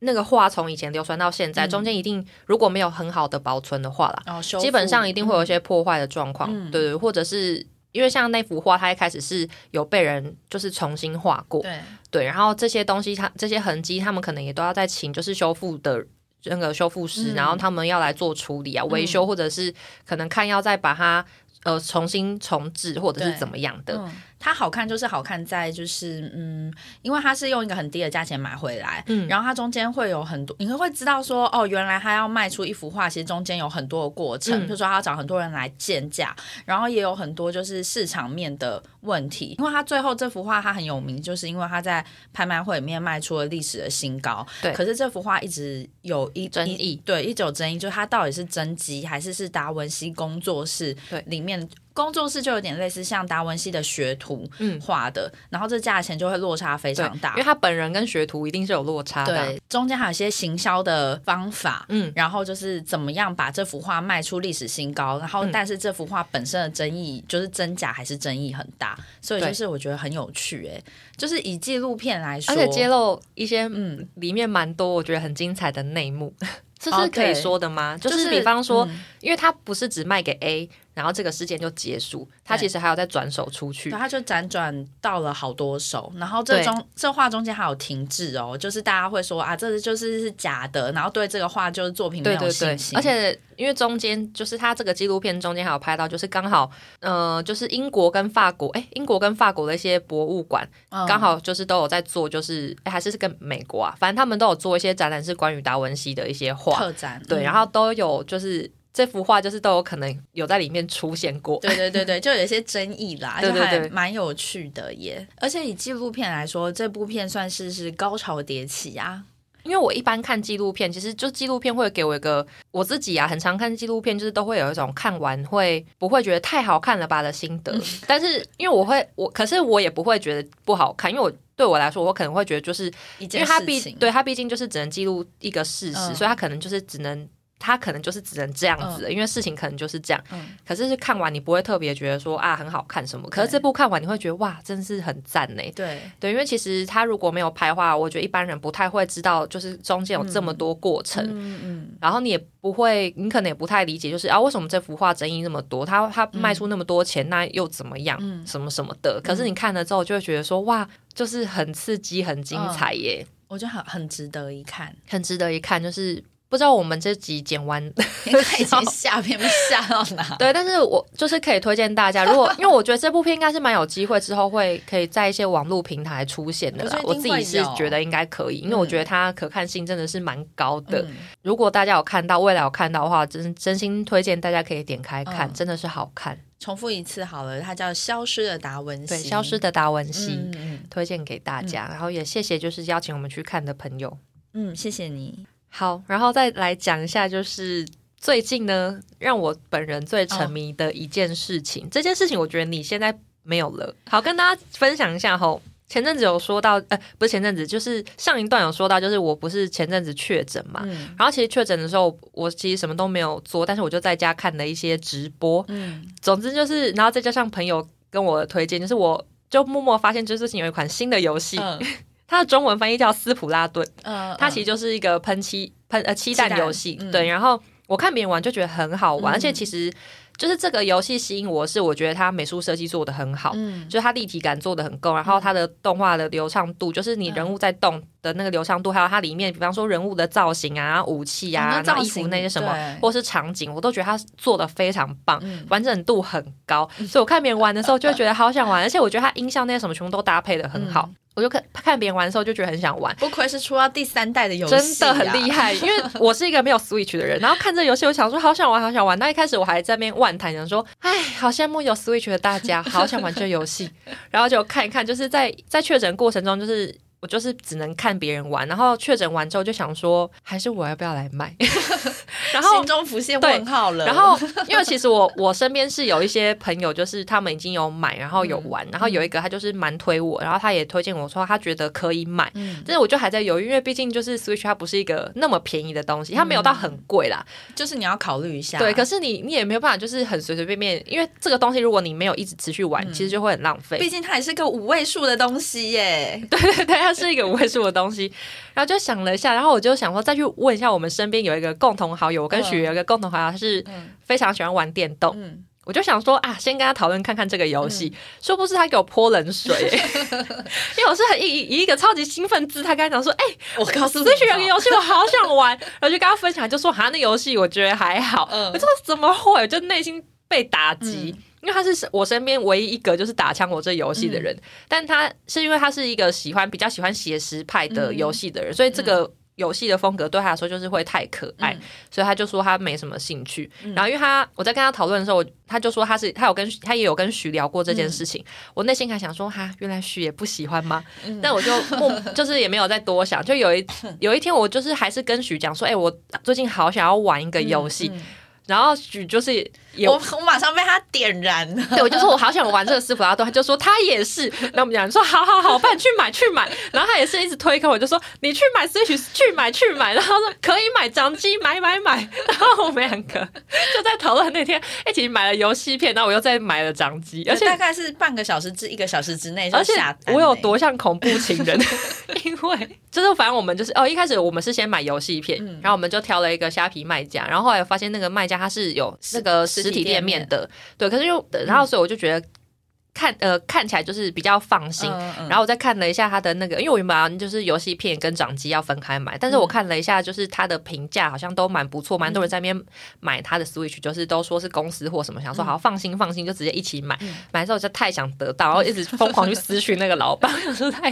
A: 那个画从以前流传到现在，中间一定如果没有很好的保存的话啦，
B: 然后嗯修复嗯
A: 基本上一定会有一些破坏的状况，对对，或者是。因为像那幅画，它一开始是有被人就是重新画过，
B: 对
A: 对，然后这些东西它，这些痕迹，他们可能也都要再请就是修复的那个修复师，
B: 嗯
A: 然后他们要来做处理啊、维修，或者是可能看要再把它呃重新重置，或者是
B: 对
A: 怎么样的，
B: 嗯，它好看就是好看在就是嗯，因为它是用一个很低的价钱买回来，
A: 嗯
B: 然后它中间会有很多，你会知道说哦，原来它要卖出一幅画，其实中间有很多的过程，
A: 嗯
B: 比如说它要找很多人来鉴价，然后也有很多就是市场面的问题，因为它最后这幅画它很有名，就是因为它在拍卖会里面卖出了历史的新高，
A: 对
B: 可是这幅画一直有一
A: 争
B: 一
A: 议
B: 对，一直有争议，就是它到底是真迹还是是达文西工作室
A: 对
B: 里面工作室就有点类似像达文西的学徒
A: 嗯
B: 画的，然后这价钱就会落差非
A: 对，
B: 常大
A: 因为。他本人跟学徒一定是有落差的啊、
B: 对，中间还有一些行销的方法，
A: 嗯
B: 嗯，然后就是怎么样把这幅画卖出历史新高，然后
A: 嗯
B: 但是这幅画本身的争议就是真假还是争议很大，所以
A: 对
B: 就是我觉得很有趣、欸，就是以纪录片来说，
A: 而且揭露一些
B: 嗯
A: 里面蛮多我觉得很精彩的内
B: *laughs*
A: 幕，这
B: 哦
A: 是可以
B: 对
A: 说的吗？就
B: 就是
A: 比方说，
B: 嗯
A: 因为它不是只卖给 A，然后这个事件就结束，它
B: 对
A: 其实还有再转手出去
B: 对，。他就辗转到了好多手，然后这中这画中间还有停滞哦，就是大家会说啊，这就是是假的，然后对这个画就是作品没
A: 对
B: 有
A: 对对
B: 信，心，
A: 而且因为中间就是它这个纪录片中间还有拍到，就是刚好，呃，就是英国跟法国，哎，英国跟法国的一些博物馆，
B: 嗯
A: 刚好就是都有在做，就是诶还是是跟美国啊，反正他们都有做一些展览，是关于达文西的一些画，
B: 特嗯展
A: 对，然
B: 后。
A: 后都有就是这幅画就是都有可能有在里面出现过，
B: 对对对对，就有一些争议啦，而
A: *laughs* 对
B: 且
A: 对
B: 还
A: 对
B: 蛮有趣的耶。而且以纪录片来说，这部片算是是高潮迭起啊。
A: 因为我一般看纪录片，其实就纪录片会给我一个我自己啊，很常看纪录片，就是都会有一种看完会不会觉得太好看了吧的心
B: 嗯
A: 得。 *laughs* 但是因为我会我，可是我也不会觉得不好看，因为我对我来说，我可能会觉得就是
B: 一
A: 因
B: 件
A: 为它
B: 事
A: 毕
B: 情，
A: 对它毕竟就是只能记录一个事实，
B: 嗯
A: 所以它可能就是只能。它可能就是只能这样子，因为事情可能就是这样。
B: 嗯
A: 可是是看完你不会特别觉得说啊很好看什么，可是这部看完你会觉得哇真是很赞呢。
B: 对
A: 对，因为其实他如果没有拍的话，我觉得一般人不太会知道，就是中间有这么多过程。
B: 嗯嗯，
A: 然后你也不会，你可能也不太理解，就是啊，为什么这幅画争议那么多？他他卖
B: 嗯
A: 出那么多钱，那又怎么样？什么什么的。可是你看了之后，就会觉得说，哇，就是很刺激，很精彩
B: 嗯
A: 耶，
B: 我觉得很很值得一
A: *laughs*
B: 看。
A: 很值得一看。就是不知道我们这集剪完，
B: 你看已经吓片被吓到哪？
A: *laughs* 对，但是我就是可以推荐大家，如
B: *laughs*
A: 果因为我觉得这部片应该是蛮有机会，之后会可以在一些网络平台出现的啦。
B: 我
A: 我
B: 觉
A: 自
B: 得一定
A: 己是
B: 会有
A: 觉得应该可以，因为我觉得它可看性真的是蛮高的。
B: 嗯
A: 如果大家有看到，未来有看到的话，真真心推荐大家可以点开看，
B: 嗯
A: 真的是好看。
B: 重复一次好了，它叫《消失的达文西
A: 对，》。消失的达文西。
B: 嗯嗯
A: 推荐给大家，然后也谢谢就是邀请我们去看的朋友。
B: 嗯，谢谢你。
A: 好，然后再来讲一下，就是最近呢，让我本人最
B: 哦
A: 沉迷的一件事情。这件事情我觉得你现在没有了。好，跟大家分享一下吼。前阵子有说到，呃，不是前阵子，就是上一段有说到，就是我不是前阵子确诊嘛，
B: 嗯
A: 然后其实确诊的时候，我其实什么都没有做，但是我就在家看了一些直播。
B: 嗯，
A: 总之就是，然后再加上朋友跟我的推荐，就是我就默默发现，就是最近有一款新的游戏，
B: 嗯
A: 它的中文翻译叫《斯普拉顿》。
B: 嗯
A: 它其实就是一个喷漆喷呃漆弹游戏，
B: 漆弹嗯嗯
A: 对。然后我看别人玩就觉得很好玩，而且其实就是这个游戏吸引我是，我觉得它美术设计做的很好，
B: 嗯，
A: 就是它立体感做的很够，然后它的动画的流畅度，就是你人物在动的那个流畅度，还有它里面，比方说人物的造型啊、武器啊、
B: 哦那
A: 然后
B: 造
A: 衣服
B: 型
A: 那些什么
B: 对，
A: 或是场景，我都觉得它做的非常棒。
B: 嗯
A: 完整度很
B: *laughs*
A: 高，所以我看别人玩的时候就会觉得好想玩，而且我觉得它音效那些什么全部都搭配的很好，
B: 嗯
A: 我就看看别人玩的时候就觉得很想玩。
B: 不愧是出到第三代的游戏、啊，
A: 真的很厉
B: *laughs*
A: 害，因为我是一个没有 Switch 的人，然后看这游戏，我想说好想玩，好想玩。那一开始我还在那边万谈，想说，哎，好羡慕有 Switch 的大家，好想玩这游
B: *laughs*
A: 戏。然后就看一看，就是在在确诊过程中，就是我就是只能看别人玩，然后确诊完之后就想说，还是我要不要来买？然后
B: 心中浮现问号了。
A: 然后，因为其实我我身边是有一些朋友，就是他们已经有买，然后有玩，然后有一个他就是蛮推我，然后他也推荐我说他觉得可以买，
B: 嗯，
A: 但是我就还在犹豫，因为毕竟就是 Switch 它不是一个那么便宜的东西，它没有到很贵啦，
B: 就是你要考虑一下，
A: 对。可是你你也没有办法，就是很随随便便，因为这个东西如果你没有一直持续玩，其实就会很浪费。
B: 毕竟它也是个五位数的东西耶。
A: 对对对，它是一个五位数的东西。然后就想了一下，然后我就想说再去问一下我们身边有一个共同好友，我跟许有一个共同好友，他是
B: 嗯
A: 非常喜欢玩电动。
B: 嗯，
A: 我就想说啊，先跟他讨论看看这个游戏，殊不知他给我泼冷
B: *laughs*
A: 水、欸因为我是很以以一个超级兴奋姿态跟他讲说，哎、
B: 我告诉你
A: 这群有个游戏我好想玩，然后就跟他分享，就说哈那游戏我觉得还好，
B: 嗯
A: 我说怎么会，就内心被打击。因为他是我身边唯一一个就是打枪我这游戏的人，
B: 嗯
A: 但他是因为他是一个喜欢比较喜欢写实派的
B: 嗯
A: 游戏的人，所以这个游戏的风格对他来说就是会太可爱，
B: 嗯
A: 所以他就说他没什么兴趣。
B: 嗯
A: 然后因为他我在跟他讨论的时候，我他就说他是他有跟他也有跟徐聊过这件事情，我内心还想说哈，原来徐也不喜欢吗？
B: 嗯
A: 但我就
B: *laughs*
A: 默就是也没有再多想。就有一有一天，我就是还是跟许讲说，哎、我最近好想要玩一个游戏。
B: 嗯
A: 然后许就是也
B: 我我马上被它点燃了。
A: 对我就说我好想玩这个斯普拉顿，他就说他也是。然后我们讲说好好好，不然去买去买。然后他也是一直推坑我，就说你去买 Switch 去买去买。然后他说可以买掌机买买买。然后我们两个就在讨论那天一起买了游戏片，然后我又再买了掌机，而且
B: 大概是半个小时至一个小时之内就
A: 而且
B: 下单欸
A: 我有多像恐怖情人， *laughs* 因为就是反正我们就是哦，一开始我们是先买游戏片，然后我们就挑了一个虾皮卖家，然后后来发现那个卖家他是有那个
B: 实
A: 实体
B: 体
A: 店
B: 店
A: 面嗯
B: 面
A: 的，对，可是又然后所以我就觉得看呃看起来就是比较放心。
B: 嗯嗯
A: 然后我再看了一下他的那个，因为我原本好像就是游戏片跟掌机要分开买，但是我看了一下，就是他的评价好像都蛮不错，蛮多人在那边买他的 Switch，就是都说是公司或什么，想
B: 嗯
A: 说好放心放心，就直接一起买。买的时候我就太想得到，然后一直疯狂去私讯那个老板， *laughs* 想说太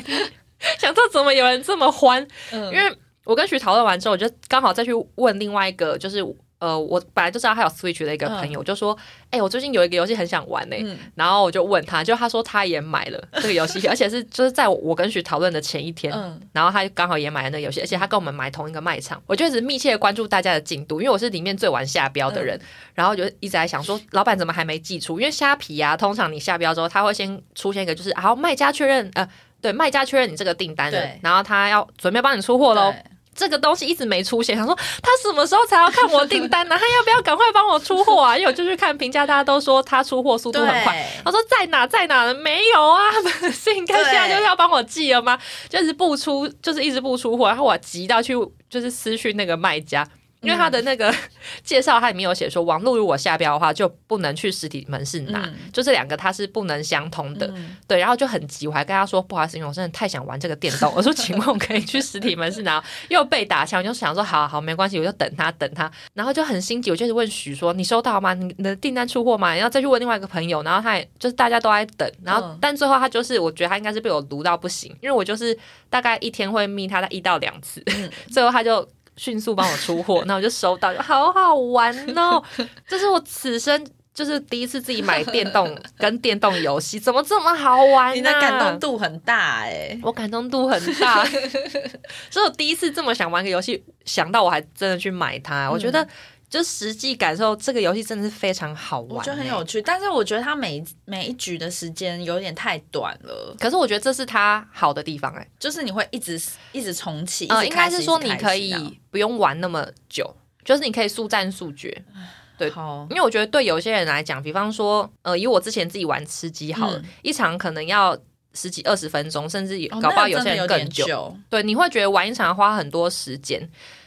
A: 想说怎么有人这么欢，
B: 嗯
A: 因为我跟徐讨论完之后，我就刚好再去问另外一个，就是呃，我本来就知道他有 Switch 的一个朋友，我就说，哎、我最近有一个游戏很想玩呢、欸
B: 嗯
A: 然后我就问他，就他说他也买了这个游戏，而且是就是在我跟徐讨论的前一天。
B: 嗯
A: 然后他刚好也买了那个游戏，而且他跟我们买同一个卖场，我就一直密切的关注大家的进度，因为我是里面最晚下标的
B: 嗯
A: 人，然后就一直在想说，老板怎么还没寄出？因为虾皮啊，通常你下标之后，他会先出现一个就是，然、啊、后卖家确认，呃，对，卖家确认你这个订单了
B: 对，
A: 然后他要准备帮你出货喽。
B: 对
A: 这个东西一直没出现，想说他什么时候才要看我订单呢、 *laughs* 他要不要赶快帮我出货啊？因为我就去看评价，大家都说他出货速度很快，
B: 对，
A: 他说在哪在哪没有啊，不是应该现在就是要帮我寄了吗？ *laughs* 就是不出，就是一直不出货，然后我急到去就是私讯那个卖家。因为他的那个 *laughs* 介绍，它里面有写说，网络如果下标的话，就不能去实体门市拿，
B: 嗯
A: 就是两个它是不能相通的，
B: 嗯
A: 对。然后就很急，我还跟他说，不好意思，因为我真的太想玩这个电动，我说，请问我可以去实体门市拿？又被打枪，我就想说，好好没关系，我就等他等他，然后就很心急，我就是问许说：“你收到吗？你你的订单出货吗？”然后再去问另外一个朋友，然后他也就是大家都在等，然后、
B: 嗯
A: 但最后他就是，我觉得他应该是被我撸到不行，因为我就是大概一天会密他的一到两次，
B: 嗯
A: *laughs* 最后他就迅速帮我出货， *laughs* 那我就收到，就好好玩 *laughs* 哦，这是我此生。就是第一次自己买电动跟电动游戏，怎么这么好玩、啊？
B: 你的感动度很大哎。
A: 我感动度很 *laughs* 大，所以我第一次这么想玩个游戏，想到我还真的去买它，我觉得就实际感受这个游戏真的是非常好玩、
B: 我觉得很
A: 欸
B: 有趣，但是我觉得它每一每一局的时间有点太短了，
A: 可是我觉得这是它好的地方哎、
B: 就是你会一直一直重启。
A: 呃，
B: 一
A: 应
B: 直
A: 该
B: 开始
A: 是说你可
B: 一直开始
A: 以不用玩那么久，就是你可以速战速决。对
B: 好，
A: 因为我觉得对有些人来讲，比方说，呃，以我之前自己玩吃鸡好了，
B: 嗯
A: 一场可能要十几二十分钟，甚至有
B: 哦
A: 搞不好
B: 那
A: 有些
B: 真的
A: 人
B: 有
A: 更
B: 点
A: 久。
B: 久。
A: 对，你会觉得玩一场要花很多时间。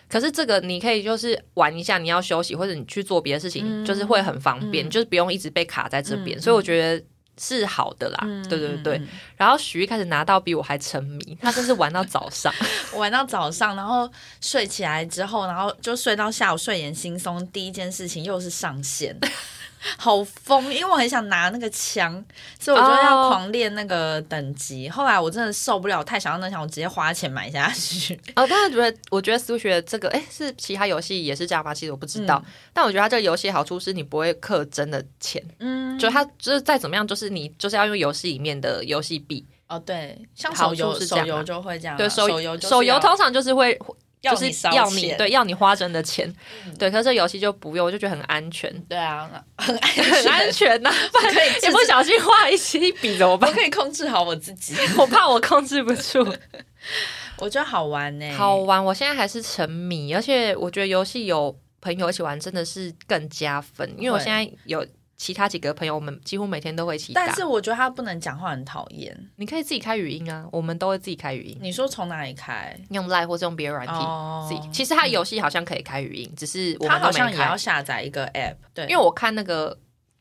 A: 可是这个你可以就是玩一下，你要休息或者你去做别的事情，
B: 嗯
A: 就是会很方便，就是不用一直被卡在这边。所以我觉得是好的啦，
B: 嗯
A: 对对对。然后许一开始拿到比我还沉迷，他真是玩到早上。
B: 玩到早上，然后睡起来之后，然后就睡到下午睡眼惺忪，第一件事情又是上线， *laughs* 好疯！因为我很想拿那个枪，所以我就要
A: 哦
B: 狂练那个等级。后来我真的受不了，太想要那枪，我直接花钱买下去。
A: 哦，但是觉得我觉得 s w i 的这个，哎，是其他游戏也是这样吗？其实我不知道。但我觉得它这个游戏的好处是你不会氪真的钱，
B: 嗯，
A: 就它就是再怎么样，就是你就是要用游戏里面的游戏币。
B: 哦对，像
A: 好处
B: 手游
A: 是这
B: 手
A: 样
B: 游
A: 嘛
B: 就会这样啊，
A: 对手
B: 手游就是
A: 手游
B: 要
A: 通常就是会
B: 要
A: 就是
B: 你烧
A: 要你
B: 钱，嗯
A: 对要你花真的钱，对。可是这游戏就不用，我就觉得很安
B: *laughs*
A: 全，
B: 对啊，很安
A: 很安
B: 全，
A: 全呐、不然
B: 可以
A: 也
B: 制
A: 不
B: 止
A: 小心画一起一笔怎么
B: 我
A: 办？ *laughs*
B: 可以控制好我自己，
A: 我怕我控制不住。
B: 我觉得好玩呢、
A: 好玩，我现在还是沉迷，而且我觉得游戏有朋友一起玩真的是更加分，因为我
B: 会
A: 现在有其他几个朋友，我们几乎每天都会一起打
B: 但。是我觉得他不能讲话很讨厌。
A: 你可以自己开语音啊，我们都会自己开语音，
B: 你说从哪里开？
A: 用 Line 或是用别嗯的软体。
B: 哦
A: 自己其实它游戏好像可以开语音，只是我
B: 他
A: 们都
B: 好像
A: 没
B: 也
A: 开
B: 要，下载一个 app，对，
A: 因为我看那个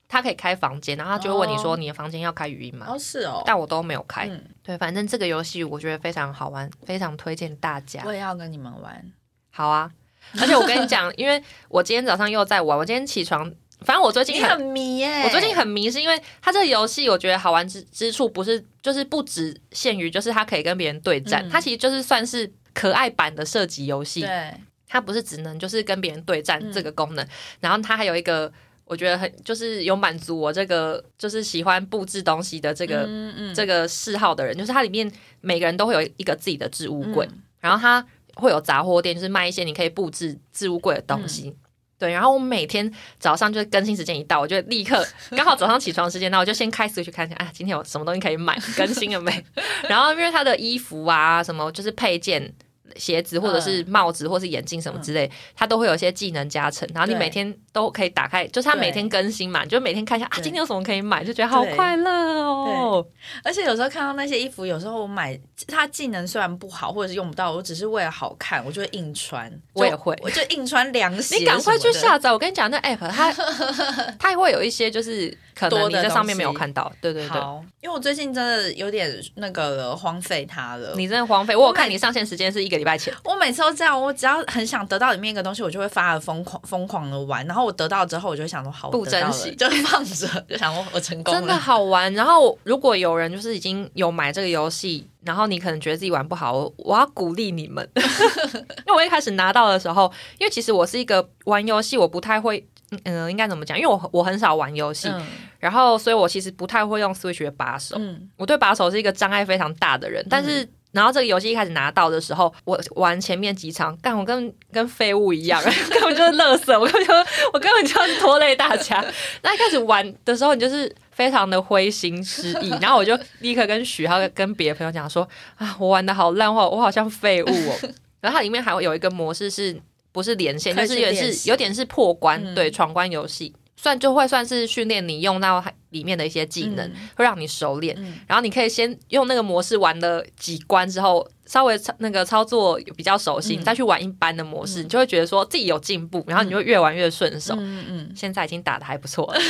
A: 它可以开房间，然后他就会问你说
B: 哦
A: 你的房间要开语音吗？
B: 哦是哦，
A: 但我都没有开。
B: 嗯
A: 对，反正这个游戏我觉得非常好玩，非常推荐大家
B: 我。也要跟你们玩，
A: 好啊， *laughs* 而且我跟你讲，因为我今天早上又在玩，我今天起床，反正我最近
B: 你
A: 很。
B: 很迷耶、
A: 我最近很迷，是因为它这个游戏，我觉得好玩之之处不是就是不只限于就是它可以跟别人对战，
B: 嗯
A: 它其实就是算是可爱版的射击游戏。
B: 对，
A: 它不是只能就是跟别人对战
B: 嗯
A: 这个功能，然后它还有一个我觉得很就是有满足我这个就是喜欢布置东西的这个
B: 嗯嗯
A: 这个嗜好的人，就是它里面每个人都会有一个自己的置物柜，
B: 嗯
A: 然后它会有杂货店，就是卖一些你可以布置置物柜的东
B: 嗯
A: 西。对，然后我每天早上就是更新时间一到，我就立刻刚好早上起床时间，那我就先开始去看一下，啊，今天有什么东西可以买，更新了没？ *laughs* 然后因为它的衣服啊，什么就是配件、鞋子或者
B: 嗯
A: 是帽子或是眼镜什么之类，它都会有一些技能加成，然后你
B: 对
A: 每天都可以打开，就是它每
B: 对
A: 天更新嘛，你就每天看一下啊，
B: 对
A: 今天有什么可以买，就觉得好
B: 对
A: 快乐哦。
B: 而且有时候看到那些衣服，有时候我买它技能虽然不好，或者是用不到，我只是为了好看，我就会硬穿，
A: *laughs* 我也
B: 就
A: 会
B: 我就硬穿凉鞋什么的，
A: 你赶快去下载！我跟你讲，那 app *laughs* 它它会有一些就是可能
B: 多
A: 你
B: 的
A: 在上面
B: 东西
A: 没有看到，对对对，
B: 好，因为我最近真的有点那个了荒废它了，
A: 你真的荒废。我有
B: 我买
A: 看你上线时间是一个礼拜前，
B: 我每次都这样，我只要很想得到里面一个东西，我就会发了疯狂疯狂的玩，然后我得到之后，我就会想说好，
A: 不
B: 我得到
A: 珍
B: 了
A: 惜
B: 就放着，就想我我成功
A: 真的
B: 了。
A: 好玩。然后如果有人就是已经有买这个游戏，然后你可能觉得自己玩不好，我我要鼓励你们， *laughs* 因为我一开始拿到的时候，因为其实我是一个玩游戏我不太会，嗯、呃应该怎么讲？因为我我很少玩游戏，
B: 嗯
A: 然后所以我其实不太会用 Switch 的把手。
B: 嗯，
A: 我对把手是一个障碍非常大的人，但是。然后这个游戏一开始拿到的时候，我玩前面几场，干我跟跟废物一样， *laughs* 根本就是乐色，我根本就我根本就是拖累大家。那一开始玩的时候，你就是非常的灰心失意，然后我就立刻跟许还有跟别的朋友讲说啊，我玩的好烂，我我好像废物哦。然后它里面还会有一个模式是，不是连线，
B: 可
A: 就是有
B: 以去练
A: 点是
B: 习
A: 有点是破关，
B: 嗯
A: 对闯关游戏，算就会算是训练你用到里面的一些技能，
B: 嗯
A: 会让你熟练。
B: 嗯
A: 然后你可以先用那个模式玩了几关之后，稍微操那个操作比较熟悉，
B: 嗯
A: 你再去玩一般的模式，你就会觉得说自己有进步，然后你就会越玩越顺手。
B: 嗯嗯，
A: 现在已经打的还不错了，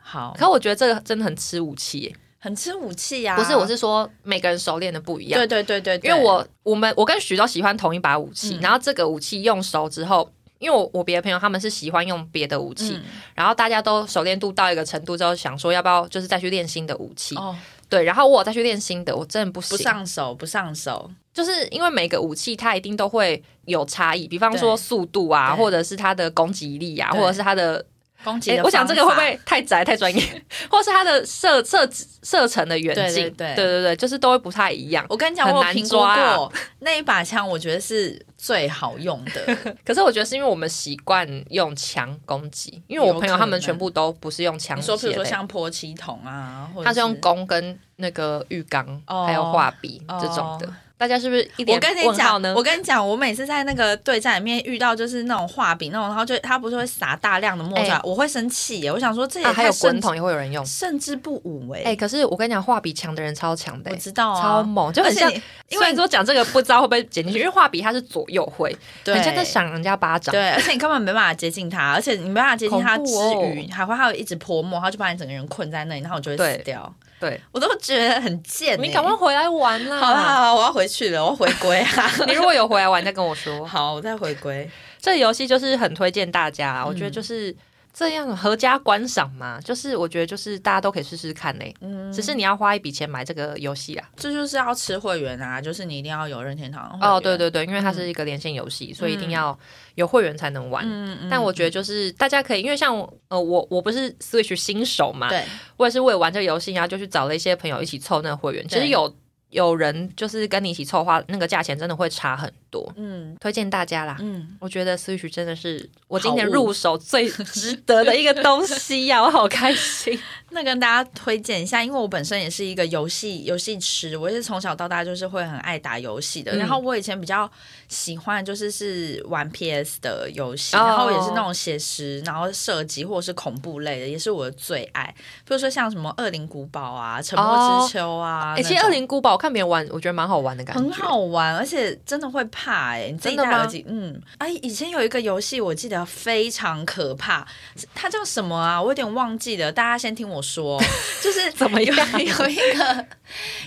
B: 好，
A: 可我觉得这个真的很吃武器耶、
B: 很吃武器呀、
A: 不是，我是说每个人熟练的不一样
B: 对。对对对，对
A: 因为我我们我跟许都喜欢同一把武器，然后这个武器用熟之后，因为我我别的朋友他们是喜欢用别的武器，
B: 嗯
A: 然后大家都熟练度到一个程度之后，想说要不要就是再去练新的武器，
B: 哦
A: 对，然后我有再去练新的，我真的不行，
B: 不上手不上手，
A: 就是因为每个武器它一定都会有差异，比方说
B: 对
A: 速度啊，
B: 对
A: 或者是它的攻击力啊，
B: 对
A: 或者是它的，
B: 攻击
A: 诶
B: 的
A: 我想这个会
B: 方
A: 不
B: 法
A: 会太宅太专业， *laughs* 或是它的射射射程的远近，
B: 对对对
A: 对就是都会不太一样。
B: 我跟你讲，
A: 很
B: 我有
A: 难
B: 评估
A: 抓啊
B: 过那一把枪，我觉得是最好用
A: *laughs*
B: 的。
A: 可是我觉得是因为我们习惯用枪攻击，因为我朋
B: 有可
A: 友
B: 能
A: 他们全部都不是用枪
B: 你
A: 械
B: 说，譬如说
A: 的，
B: 像泼漆桶啊，或者
A: 他是用弓跟那个浴缸
B: 哦
A: 还有画笔
B: 哦
A: 这种的。大家是不是一
B: 我
A: 点
B: 跟你
A: 问号
B: 讲
A: 呢？，
B: 我跟你讲，我每次在那个对战里面遇到就是那种画饼那种，然后就他不是会撒大量的墨出来，
A: 哎
B: 我会生气耶。我想说这也
A: 啊，
B: 太
A: 还有
B: 甚
A: 滚筒也会有人用。
B: 甚至不武哎、
A: 哎、可是我跟你讲，画笔强的人超强的、欸
B: 我知道啊，
A: 超猛，就
B: 而
A: 很
B: 且
A: 像。
B: 你因
A: 因为
B: 为
A: 说讲这个不知道会不会剪进去，因为画笔它是左右挥，
B: 对
A: 很像在赏人家巴掌。
B: 对，而且你根本没办法接近他，而且你没办法接近他之
A: 恐怖哦
B: 余，还会还有一直泼墨，他就把你整个人困在那里，然后我就会
A: 对
B: 死掉。
A: 对，
B: 我都觉得很贱、欸。
A: 你赶快回来玩啦！
B: 好了好了，我要回去了，我要回归
A: *laughs*
B: 啊。
A: 你如果有回来玩，再跟我说。
B: 好，我再回归。
A: 这个游戏就是很推荐大家啊，我觉得就是这样合家观赏嘛，就是我觉得就是大家都可以试试看嘞、
B: 嗯，
A: 只是你要花一笔钱买这个游戏啊。
B: 这就是要吃会员啊，就是你一定要有任天堂的会员
A: 哦，对，对对，因为它是一个连线游戏，所以一定要有会员才能玩。
B: 嗯嗯
A: 但我觉得就是大家可以，因为像呃我我不是 Switch 新手嘛，
B: 对，
A: 我也是为了玩这个游戏，然后就去找了一些朋友一起凑那个会员。其
B: 对
A: 实有有人就是跟你一起凑的话，那个价钱真的会差很多。
B: 嗯
A: 推荐大家啦，
B: 嗯，
A: 我觉得 Switch 真的是我今年
B: 好物
A: 入手最值得的一个东西呀、我好开 *laughs* 心。
B: 那跟大家推荐一下，因为我本身也是一个游戏游戏痴，我也是从小到大就是会很爱打游戏的。
A: 嗯
B: 然后我以前比较喜欢就是是玩 PS 的游戏，
A: 哦
B: 然后也是那种写实，然后射击或者是恐怖类的，也是我的最爱。比如说像什么《恶灵古堡》啊，《沉默之秋》啊，
A: 哎、
B: 那
A: 其实《
B: 种
A: 恶灵古堡》我看别人玩，我觉得蛮好玩的感觉。
B: 很好玩，而且真的会怕哎、你自
A: 真
B: 己
A: 的
B: 戴
A: 吗
B: 耳机，嗯，哎，以前有一个游戏，我记得非常可怕，是它叫什么啊？我有点忘记了，大家先听我说，就
A: *laughs*
B: 是
A: 怎么样
B: 有 *laughs* 有一个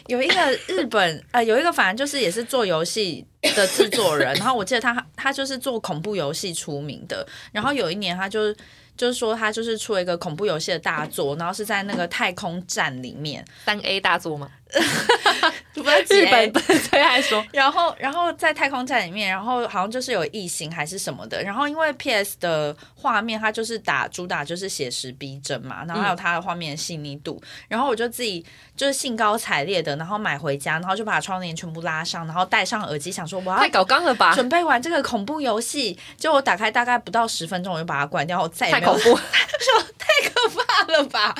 B: 有一个日本呃，有一个反正就是也是做游戏的制
A: *laughs*
B: 作人，然后我记得他他就是做恐怖游戏出名的，然后有一年他就。就是说，他就是出了一个恐怖游戏的大作，然后是在那个太空站里面，
A: 三 A 大作嘛，
B: 不是
A: 日本最爱说。
B: 然后，然后在太空站里面，然后好像就是有异形还是什么的。然后因为 PS 的画面，它就是打主打就是写实逼真嘛，然
A: 嗯
B: 后还有它的画面的细腻度。然后我就自己就是兴高采烈的，然后买回家，然后就把窗帘全部拉上，然后戴上耳机，想说
A: *laughs*
B: 我
A: 太
B: 要
A: 搞纲了吧！
B: 准备玩这个恐怖游戏。结果我打开大概不到十分钟，我就把它关掉，我再也
A: 太
B: 没有
A: 恐 *laughs* 怖，
B: 怕了吧？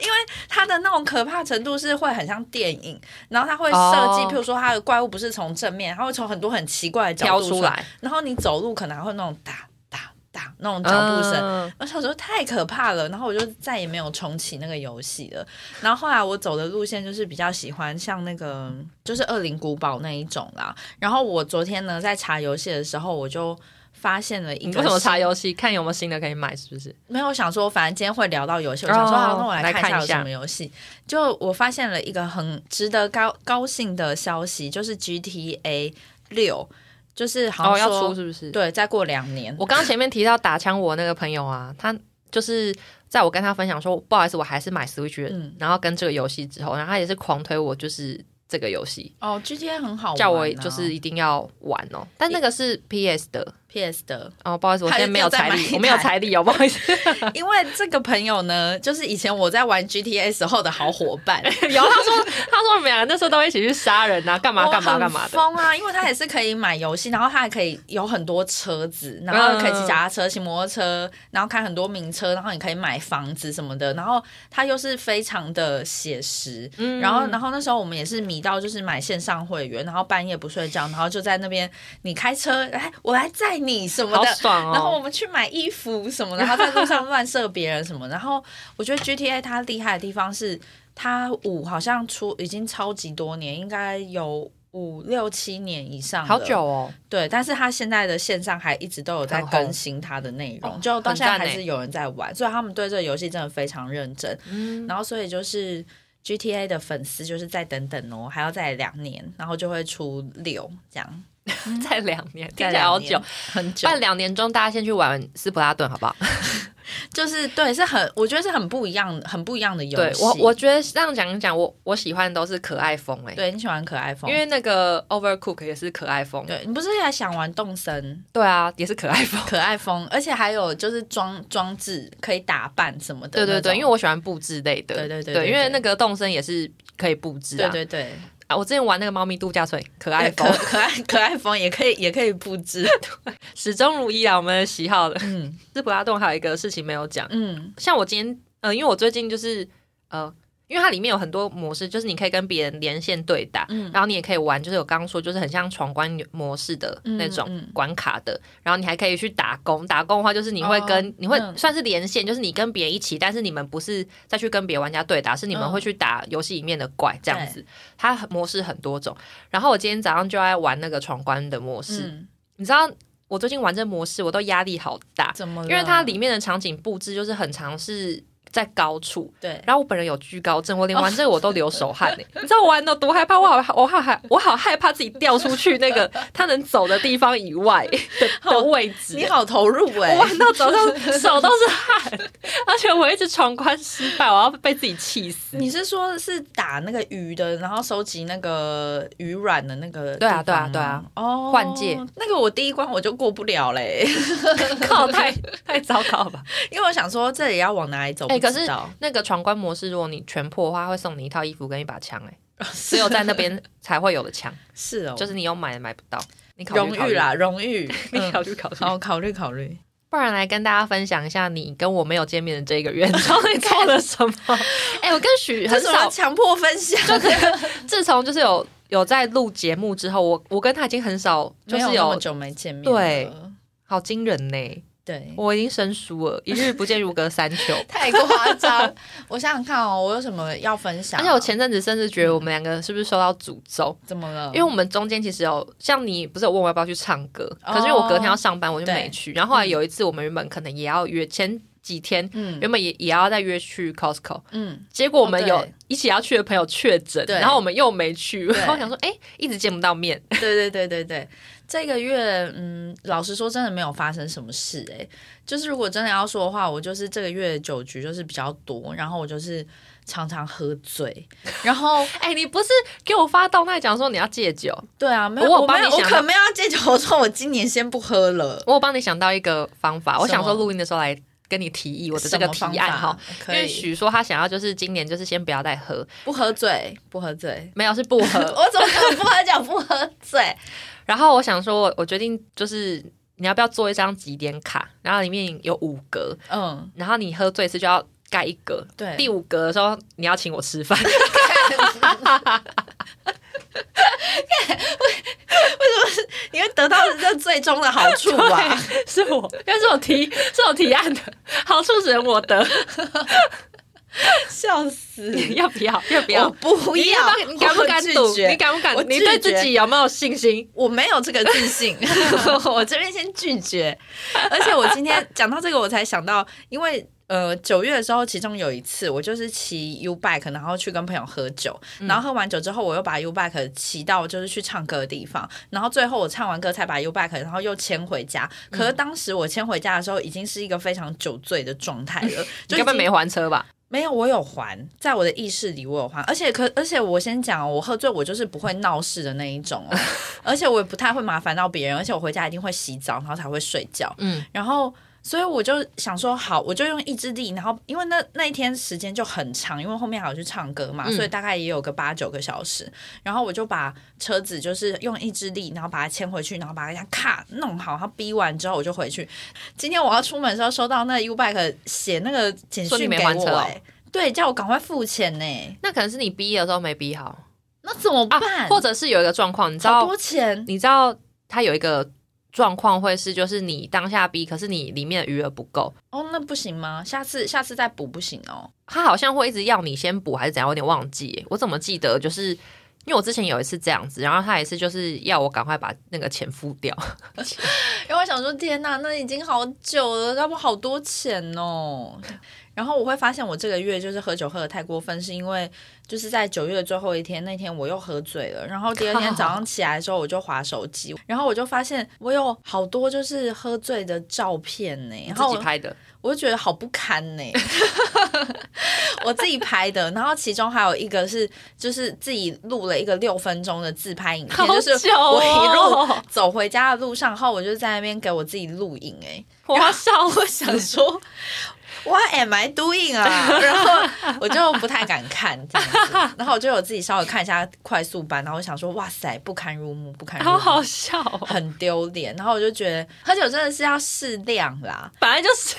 B: 因为它的那种可怕程度是会很像电影，然后它会设计
A: 哦
B: 譬如说它的怪物不是从正面，它会从很多很奇怪的角
A: 飘
B: 度
A: 出，来
B: 然后你走路可能还会那种哒哒哒那种脚步声。
A: 嗯
B: 我小时候太可怕了，然后我就再也没有重启那个游戏了。然后后来我走的路线就是比较喜欢像那个就是《恶灵古堡》那一种啦。然后我昨天呢在查游戏的时候，我就发现了一
A: 你
B: 个
A: 为什么
B: 新
A: 查游戏？看有没有新的可以买，是不是？
B: 没有想说，反正今天会聊到游戏，我想说，
A: 哦
B: 好，那我来
A: 来
B: 看
A: 看
B: 一下
A: 一
B: 有
A: 下
B: 什么游戏。就我发现了一个很值得高高兴的消息，就是 GTA 六，就是好
A: 哦，
B: 像
A: 要
B: 说、
A: 出是不是？
B: 对，再过两年。
A: 我刚刚前面提到打枪我那个朋友啊，他就是在我跟他分享说，不好意思，我还是买 Switch，、
B: 嗯
A: 然后跟这个游戏之后，然后他也是狂推我，就是这个游戏，
B: 哦，GTA 很好玩啊、
A: 叫我就是一定要玩哦。但那个是 PS 的
B: PS 的，
A: 哦，不好意思，我
B: 他
A: 现在没有财
B: 又再买一
A: 力，
B: 台
A: 我没有财力哦，不好意思，
B: *laughs* 因为这个朋友呢，就是以前我在玩 GTA 时候的好伙伴，
A: *laughs* 有他说他说我们两个那时候都一起去杀人啊，干嘛
B: 我
A: 干嘛
B: 很
A: 干嘛的。
B: 疯啊！因为他也是可以买游戏，然后他还可以有很多车子，然
A: 嗯
B: 后可以骑脚踏车、骑摩托车，然后开很多名车，然后你可以买房子什么的。然后他又是非常的写实，
A: 嗯
B: 然后然后那时候我们也是迷到就是买线上会员，然后半夜不睡觉，然后就在那边你开车，来我来载你什么
A: 好
B: 的，
A: 爽哦！
B: 然后我们去买衣服什么的，然后在路上乱射别人什么。然后我觉得 GTA 它厉害的地方是，它五好像出已经超级多年，应该有五六七年以上，
A: 好久。哦，
B: 对，但是它现在的线上还一直都有在
A: 很红
B: 更新它的内容，
A: 哦
B: 就到现在
A: 很赞
B: 还
A: 欸
B: 是有人在玩，所以他们对这个游戏真的非常认真。
A: 嗯，
B: 然后所以就是。GTA 的粉丝就是再等等哦，还要再两年，然后就会出六这样，嗯
A: 在两年，听
B: 再
A: 起来好
B: 两年
A: 久。，
B: 很久。
A: 办哦两年中，大家先去玩斯普拉顿好不好？
B: 就是对，是很我觉得是很不一样、很不一样的游
A: 对
B: 戏。
A: 我，我觉得这样讲一讲，我我喜欢的都是可爱风哎、
B: 对你喜欢可爱风，
A: 因为那个 Overcook 也是可爱风，
B: 对你不是也想玩动森
A: 对啊，也是可爱风。
B: 可爱风，而且还有就是装装置可以打扮什么的
A: *laughs* 对
B: 那
A: 对
B: 种。
A: 对，因为我喜欢布置类的，
B: 对对
A: 对
B: 对对
A: 因为
B: 对
A: 那个动森也是可以布置啊。
B: 对对对，
A: 啊，我之前玩那个猫咪度假村，可爱
B: 对
A: 风
B: 可，可爱 *laughs* 可爱风也可以也可以布置。
A: *laughs* 始终如一啊，我们的喜好的。
B: 嗯
A: *laughs* 斯普拉顿还有一个事情没有讲，
B: 嗯，
A: 像我今天，呃，因为我最近就是呃，因为它里面有很多模式，就是你可以跟别人连线对打，
B: 嗯
A: 然后你也可以玩，就是我刚刚说，就是很像闯关模式的那种
B: 嗯嗯
A: 关卡的。然后你还可以去打工，打工的话就是你会跟、
B: 哦
A: 你会
B: 嗯
A: 算是连线，就是你跟别人一起，但是你们不是再去跟别的玩家对打，是你们
B: 嗯
A: 会去打游戏里面的怪这样
B: 对
A: 子。它模式很多种。然后我今天早上就在玩那个闯关的模式，
B: 嗯，
A: 你知道我最近玩这模式，我都压力好大，
B: 怎么了？
A: 因为它里面的场景布置就是很常是在高处。
B: 对，
A: 然后我本人有惧高症，
B: 哦
A: 我连玩这个我都流手汗呢、欸 *laughs* 你知道我玩的多害怕，我好我好害我好害怕自己掉出去那
B: *laughs*
A: 个他能走的地方以外的的位置
B: 你。 *laughs* 好投入哎、
A: 我玩到早上手都是汗，而且我一直闯关失败，我要被自己气
B: *laughs*
A: 死。
B: 你是说是打那个鱼的，然后收集那个鱼卵的那个？
A: 对啊对啊对啊。
B: 哦，
A: 换届
B: 那个我第一关我就过不了嘞，
A: 靠，太太糟糕了吧？
B: 因为我想说这里要往哪里走，
A: 哎
B: 不
A: 可
B: 知
A: 是
B: 道
A: 那个闯关模式，如果你全破的话，会送你一套衣服跟一把枪、哎，只有在那边才会有的枪，
B: 是哦，
A: 就是你有买也买不到。你考虑
B: 荣
A: 考
B: 誉
A: 虑，
B: 啦，荣
A: *laughs*
B: 誉，
A: 你
B: 嗯
A: 考虑考虑。
B: 好考虑考虑。
A: 不然来跟大家分享一下你跟我没有见面的这一 *laughs* 个月，你知道你做了什么？ *laughs* 哎、我跟 *laughs* 许很
B: 这什么
A: 少，
B: 强迫分享？ *laughs*
A: 自从就是有有在录节目之后，我我跟他已经很少，就
B: 没有
A: 是
B: 那
A: 有
B: 么久没见面
A: 对
B: 了，
A: 好惊人呢、
B: 对，
A: 我已经生疏了，一日不见如隔三 *laughs* 秋。
B: 太夸张。 *laughs* 我想想看哦，我有什么要分享？啊
A: 而且我前阵子甚至觉得我们两个是不是受到诅咒？
B: 怎么了？
A: 因为我们中间其实有像你不是有问我要不要去唱歌，
B: 哦
A: 可是因为我隔天要上班，我就没
B: 对
A: 去。然后后来有一次我们原本可能也要约，前几天
B: 嗯
A: 原本也也要再约去 Costco，
B: 嗯，
A: 结果我们
B: 哦
A: 有
B: 对
A: 一起要去的朋友确诊，
B: 对
A: 然后我们又没去，
B: 对
A: 然后我想说，哎、一直见不到
B: *laughs*
A: 面，
B: 对对对对对，这个月嗯，老实说真的没有发生什么事哎、就是如果真的要说的话，我就是这个月的酒局就是比较多，然后我就是常常喝醉，然后
A: 哎、你不是给我发动态讲说你要戒酒，
B: 对啊，没有
A: 我有
B: 我没
A: 帮你
B: 有我
A: 想
B: 可
A: 到
B: 没有要戒酒，我说我今年先不喝了。
A: 我有帮你想到一个方法，我想说
B: 什么
A: 录音的时候来跟你提议我的这
B: 什
A: 个
B: 么
A: 提
B: 方
A: 案
B: 法
A: 哈，，因
B: 可
A: 为
B: 以
A: 许说他想要就是今年就是先不要再
B: *laughs*
A: 喝，
B: 不喝醉，不喝醉。
A: 没有是不喝，
B: *laughs* 我怎么可能不喝酒不喝醉？
A: *laughs* 然后我想说我我决定就是你要不要做一张几点卡，然后里面有五格，
B: 嗯，
A: 然后你喝醉一次就要盖一格，
B: 对，
A: 第五格的时候你要请我吃饭。
B: 你会得到这最终的好处 *laughs* 吧？
A: 是我，因为是我提，是我提案的，好处只能我 *laughs* 得，
B: 笑死！
A: 要不要？要不
B: 我
A: 要？
B: 不
A: 你
B: 要，
A: 不你敢不敢赌
B: 我拒？绝
A: 你敢不敢
B: 我？
A: 你
B: 拒
A: 对
B: 绝
A: 自己有没有信心？
B: 我没有这个
A: *laughs*
B: 自信， *laughs* 我这边先拒绝。而且我今天讲到这个，我才想到，因为。呃，九月的时候，其中有一次我就是骑 U bike，然后去跟朋友喝酒，
A: 嗯
B: 然后喝完酒之后，我又把 U bike 骑到就是去唱歌的地方，然后最后我唱完歌才把 U bike，然后又牵回家。
A: 嗯
B: 可是当时我牵回家的时候，已经是一个非常酒醉的状态
A: *laughs*
B: 了，
A: 你
B: 就
A: 根本
B: 已经
A: 没还车吧？
B: 没有，我有还，在我的意识里我有还，而且可而且我先讲哦，我喝醉我就是不会闹事的那一种哦，而且我也不太会麻烦到别人，而且我回家一定会洗澡，然后才会睡觉，
A: 嗯
B: 嗯，然后。所以我就想说，好，我就用意志力，然后因为那那一天时间就很长，因为后面还有去唱歌嘛，
A: 嗯
B: 所以大概也有个八九个小时。然后我就把车子就是用意志力，然后把它牵回去，然后把它这样咔弄好，然后逼完之后我就回去。今天我要出门的时候收到那 U Bike 写那个简
A: 说你
B: 讯
A: 没
B: 给我、
A: 还车哦
B: 哎对，叫我赶快付钱呢、
A: 那可能是你逼的时候没逼好
B: 那怎么
A: 啊
B: 办？，
A: 或者是有一个状况，你知
B: 好
A: 道
B: 多，钱
A: 你知道他有一个状况会是，就是你当下逼，可是你里面的余额不够，
B: 哦，那不行吗？下次下次再补不行哦。
A: 他好像会一直要你先补还是怎样，我有点忘记耶。我怎么记得就是因为我之前有一次这样子，然后他也是就是要我赶快把那个钱付掉。
B: 因为我想说，天呐，那已经好久了，要不好多钱哦。然后我会发现，我这个月就是喝酒喝的太过分，是因为就是在九月的最后一天那天我又喝醉了，然后第二天早上起来的时候我就划手机，然后我就发现我有好多就是喝醉的照片呢，然
A: 自
B: 后
A: 己
B: 我
A: 拍的，
B: 我就觉得好不堪
A: *laughs*
B: 呢、我自己拍的，然后其中还有一个是就是自己录了一个六分钟的自拍影片，就是
A: 哦
B: 我一路走回家的路上，然后我就在那边给我自己录影、欸，
A: 我要笑，
B: 我想说，哎 What am I doing
A: *laughs*
B: 啊？然后我就不太敢看这样子，然后我就有自己稍微看一下快速版，然后我想说，哇塞，不堪入目，不堪入
A: 好
B: 目，
A: *laughs* 好笑、哦，
B: 很丢脸。然后我就觉得喝酒真的是要适量啦，
A: 本来就是。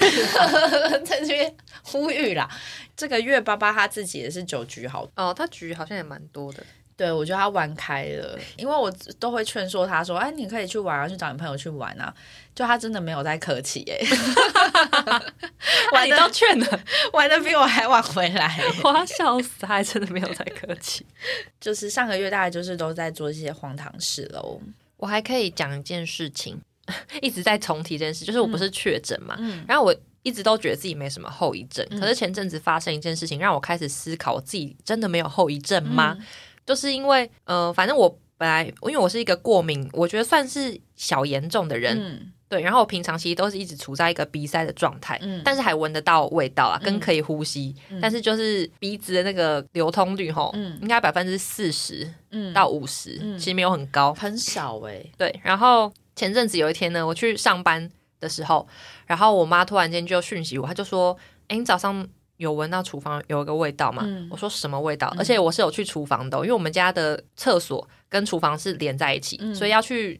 B: *laughs* 在这边呼吁啦。这个月爸爸他自己也是酒局好
A: *laughs* 哦，他局好像也蛮多 *laughs* 的，
B: 对，我觉得他玩开了，因为我都会劝说他说：“哎，你可以去玩啊，去找你朋友去玩啊。”就他真的没有在客气哎耶、
A: 哇，啊你都劝了，
B: *laughs* 玩的比我还晚回来。
A: 我要笑死，他还真的没有在客气。
B: 就是上个月大概就是都在做一些荒唐事喽。
A: *laughs* 我还可以讲一件事情， *laughs* 一直在重提这件事，就是我不是确诊嘛，
B: 嗯
A: 然后我一直都觉得自己没什么后遗症，可是前阵子发生一件事情，让我开始思考，我自己真的没有后遗症吗？就是因为，呃，反正我本来因为我是一个过敏，我觉得算是小严重的人，
B: 嗯，
A: 对，然后我平常其实都是一直处在一个鼻塞的状态，
B: 嗯
A: 但是还闻得到味道啊，跟可以呼吸，但是就是鼻子的那个流通率吼，
B: 嗯
A: 应该百分之四十
B: 嗯
A: 到五十、
B: 嗯
A: 其实没有很高，
B: 很少哎、
A: 对，然后前阵子有一天呢，我去上班的时候，然后我妈突然间就讯息我，她就说：“哎，你早上有闻到厨房有一个味道吗？”
B: 嗯
A: 我说：“什么味道？”而且我是有去厨房的哦、因为我们家的厕所跟厨房是连在一起，
B: 嗯
A: 所以要去。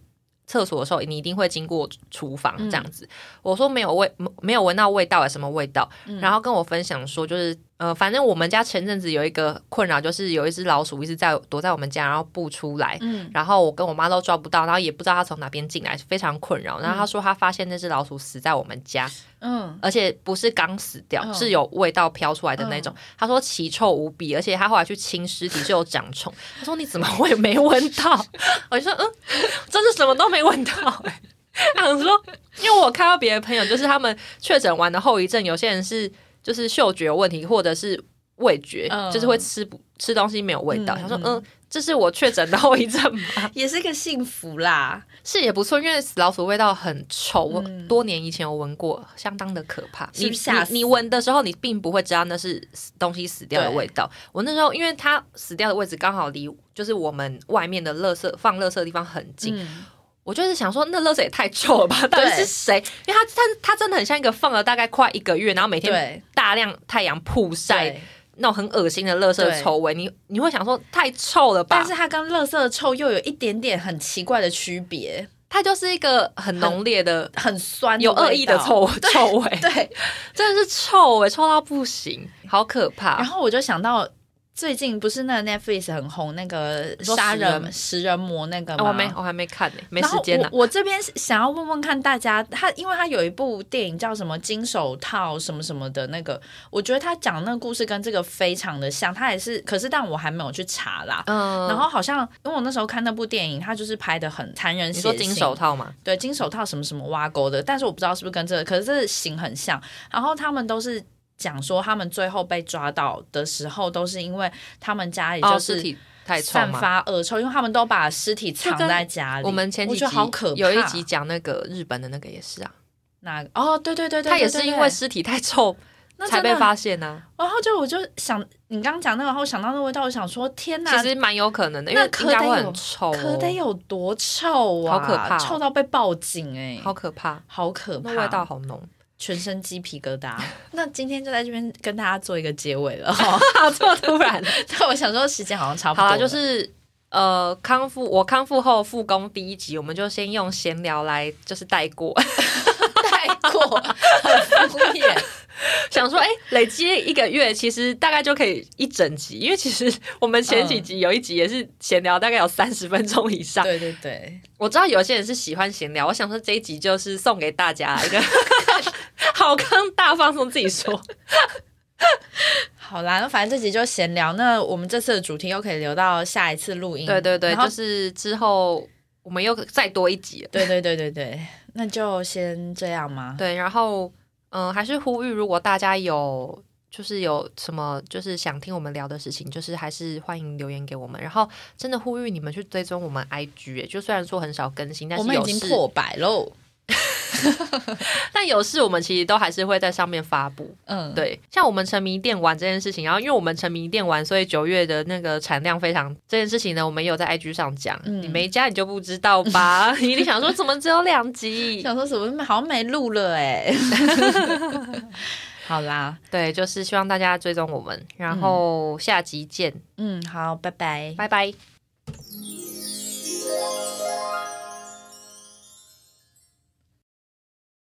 A: 厕所的时候，你一定会经过厨房
B: 嗯
A: 这样子。我说没有味，没有闻到味道，什么味道？
B: 嗯
A: 然后跟我分享说，就是呃，反正我们家前阵子有一个困扰，就是有一只老鼠一直在躲在我们家，然后不出来。
B: 嗯
A: 然后我跟我妈都抓不到，然后也不知道它从哪边进来，非常困扰。然后她说她发现那只老鼠死在我们家，
B: 嗯
A: 而且不是刚死掉，
B: 嗯
A: 是有味道飘出来的那种。她说奇臭无比，而且她后来去清尸体是有长虫。她说你怎么会没闻到？ *laughs* 我就说嗯，真的什么都没闻到、欸。 *laughs* 她想说，因为我看到别的朋友，就是他们确诊完的后遗症，有些人是就是嗅觉有问题，或者是味觉，
B: 嗯
A: 就是会吃不吃东西没有味道。
B: 嗯
A: 她说
B: 嗯
A: 嗯，这是我确诊的后遗症吗？
B: 也是个幸福啦。
A: 是也不错，因为死老鼠味道很臭，我
B: 嗯
A: 多年以前我闻过，相当的可怕。
B: 是不是
A: 你
B: 吓死
A: 你你闻的时候，你并不会知道那是死东西死掉的味道。我那时候因为它死掉的位置刚好离就是我们外面的垃圾放垃圾的地方很近，
B: 嗯，
A: 我就是想说那垃圾也太臭了吧，到底是谁？因为它它它真的很像一个放了大概快一个月，然后每天
B: 对
A: 大量太阳曝晒
B: 对，
A: 那种很恶心的垃圾
B: 对
A: 臭味，你你会想说太臭了吧？
B: 但是它跟垃圾的臭又有一点点很奇怪的区别，
A: 它就是一个很浓烈的。
B: 很酸，
A: 有恶意的。臭臭味，
B: 对，
A: 真的是臭哎、臭到不行， *laughs* 好可怕
B: 然。后我就想到。最近不是那个 Netflix 很红那个
A: 说
B: 杀
A: 食
B: 人
A: 人
B: 食人魔那个
A: 啊
B: 吗？
A: 我没，我还没看呢、没
B: 然
A: 时
B: 后
A: 间呢、啊
B: 我我这边想要问问看大家，他因为他有一部电影叫什么《金手套》什么什么的那个，我觉得他讲的那个故事跟这个非常的像，他也是，可是但我还没有去查啦。
A: 嗯，
B: 然后好像，因为我那时候看那部电影，他就是拍的很残忍
A: 你
B: 血
A: 说
B: 腥，
A: 金手套吗？
B: 对金手套什么什么挖沟的，但是我不知道是不是跟这个，可是这型很像。然后他们都是讲说，他们最后被抓到的时候，都是因为他们家里就
A: 哦，尸
B: 是
A: 体太臭
B: 散
A: 吗？
B: 发恶臭，因为他们都把尸体藏在家里。
A: 我们前几集
B: 我觉得好可怕
A: 有一集讲那个日本的那个也是啊，
B: 哪个？哦，对对对对，
A: 他也
B: 对
A: 是
B: 对
A: 因为
B: 对
A: 尸体太臭
B: 那
A: 才
B: 真的
A: 被发现啊呢、
B: 然后就我就想，你刚刚讲那个，然后我想到那味道，我想说，天哪，
A: 其实蛮有可能的，因
B: 那
A: 为应该
B: 可得
A: 会
B: 有
A: 很臭、
B: 可
A: 哦，
B: 得有多臭
A: 好
B: 啊！
A: 可怕哦
B: 臭到被报警哎、
A: 好可怕，
B: 好可怕，
A: 那味道好浓。
B: *laughs* 全身鸡皮疙瘩。 *laughs* 那今天就在这边跟大家做一个结尾了哈、
A: *laughs* 好，这么突然。
B: *laughs* 但我想说时间好像差不
A: 好
B: 多
A: 啦，
B: 了，
A: 就是呃，康复我康复后复工第一集，我们就先用闲聊来就是带过，
B: 带过，
A: *laughs*
B: 很敷衍。
A: 想说，哎、累积一个月，其实大概就可以一整集，因为其实我们前几集有一集也是闲聊，大概有三十分钟以上。
B: 对对对，
A: 我知道有些人是喜欢闲聊，我想说这一集就是送给大家 *laughs* 一个好康大放松，自己说。
B: 好啦，那反正这集就闲聊。那我们这次的主题又可以留到下一次录音。
A: 对对对，
B: 然后
A: 就是之后我们又再多一集了。
B: 对对对对对，那就先这样吗？
A: 对，然后嗯、呃还是呼吁，如果大家有就是有什么就是想听我们聊的事情，就是还是欢迎留言给我们。然后真的呼吁你们去追踪我们 IG，、欸、就虽然说很少更新，但
B: 我
A: 是
B: 们已
A: 有
B: 经
A: 事
B: 破百喽。
A: 但有事我们其实都还是会在上面发布。
B: 嗯，
A: 对，像我们沉迷电玩这件事情，然后因为我们沉迷电玩，所以九月的那个产量非常这件事情呢，我们也有在 IG 上讲。
B: 嗯
A: 你没加你就不知道
B: *laughs*
A: 吧？你一定想说怎么只有两集？ *laughs*
B: 想说什么好像没录了哎、 *laughs* 好啦，
A: 对，就是希望大家追踪我们，
B: 嗯
A: 然后下集见，
B: 嗯，好，拜拜。
A: 拜拜。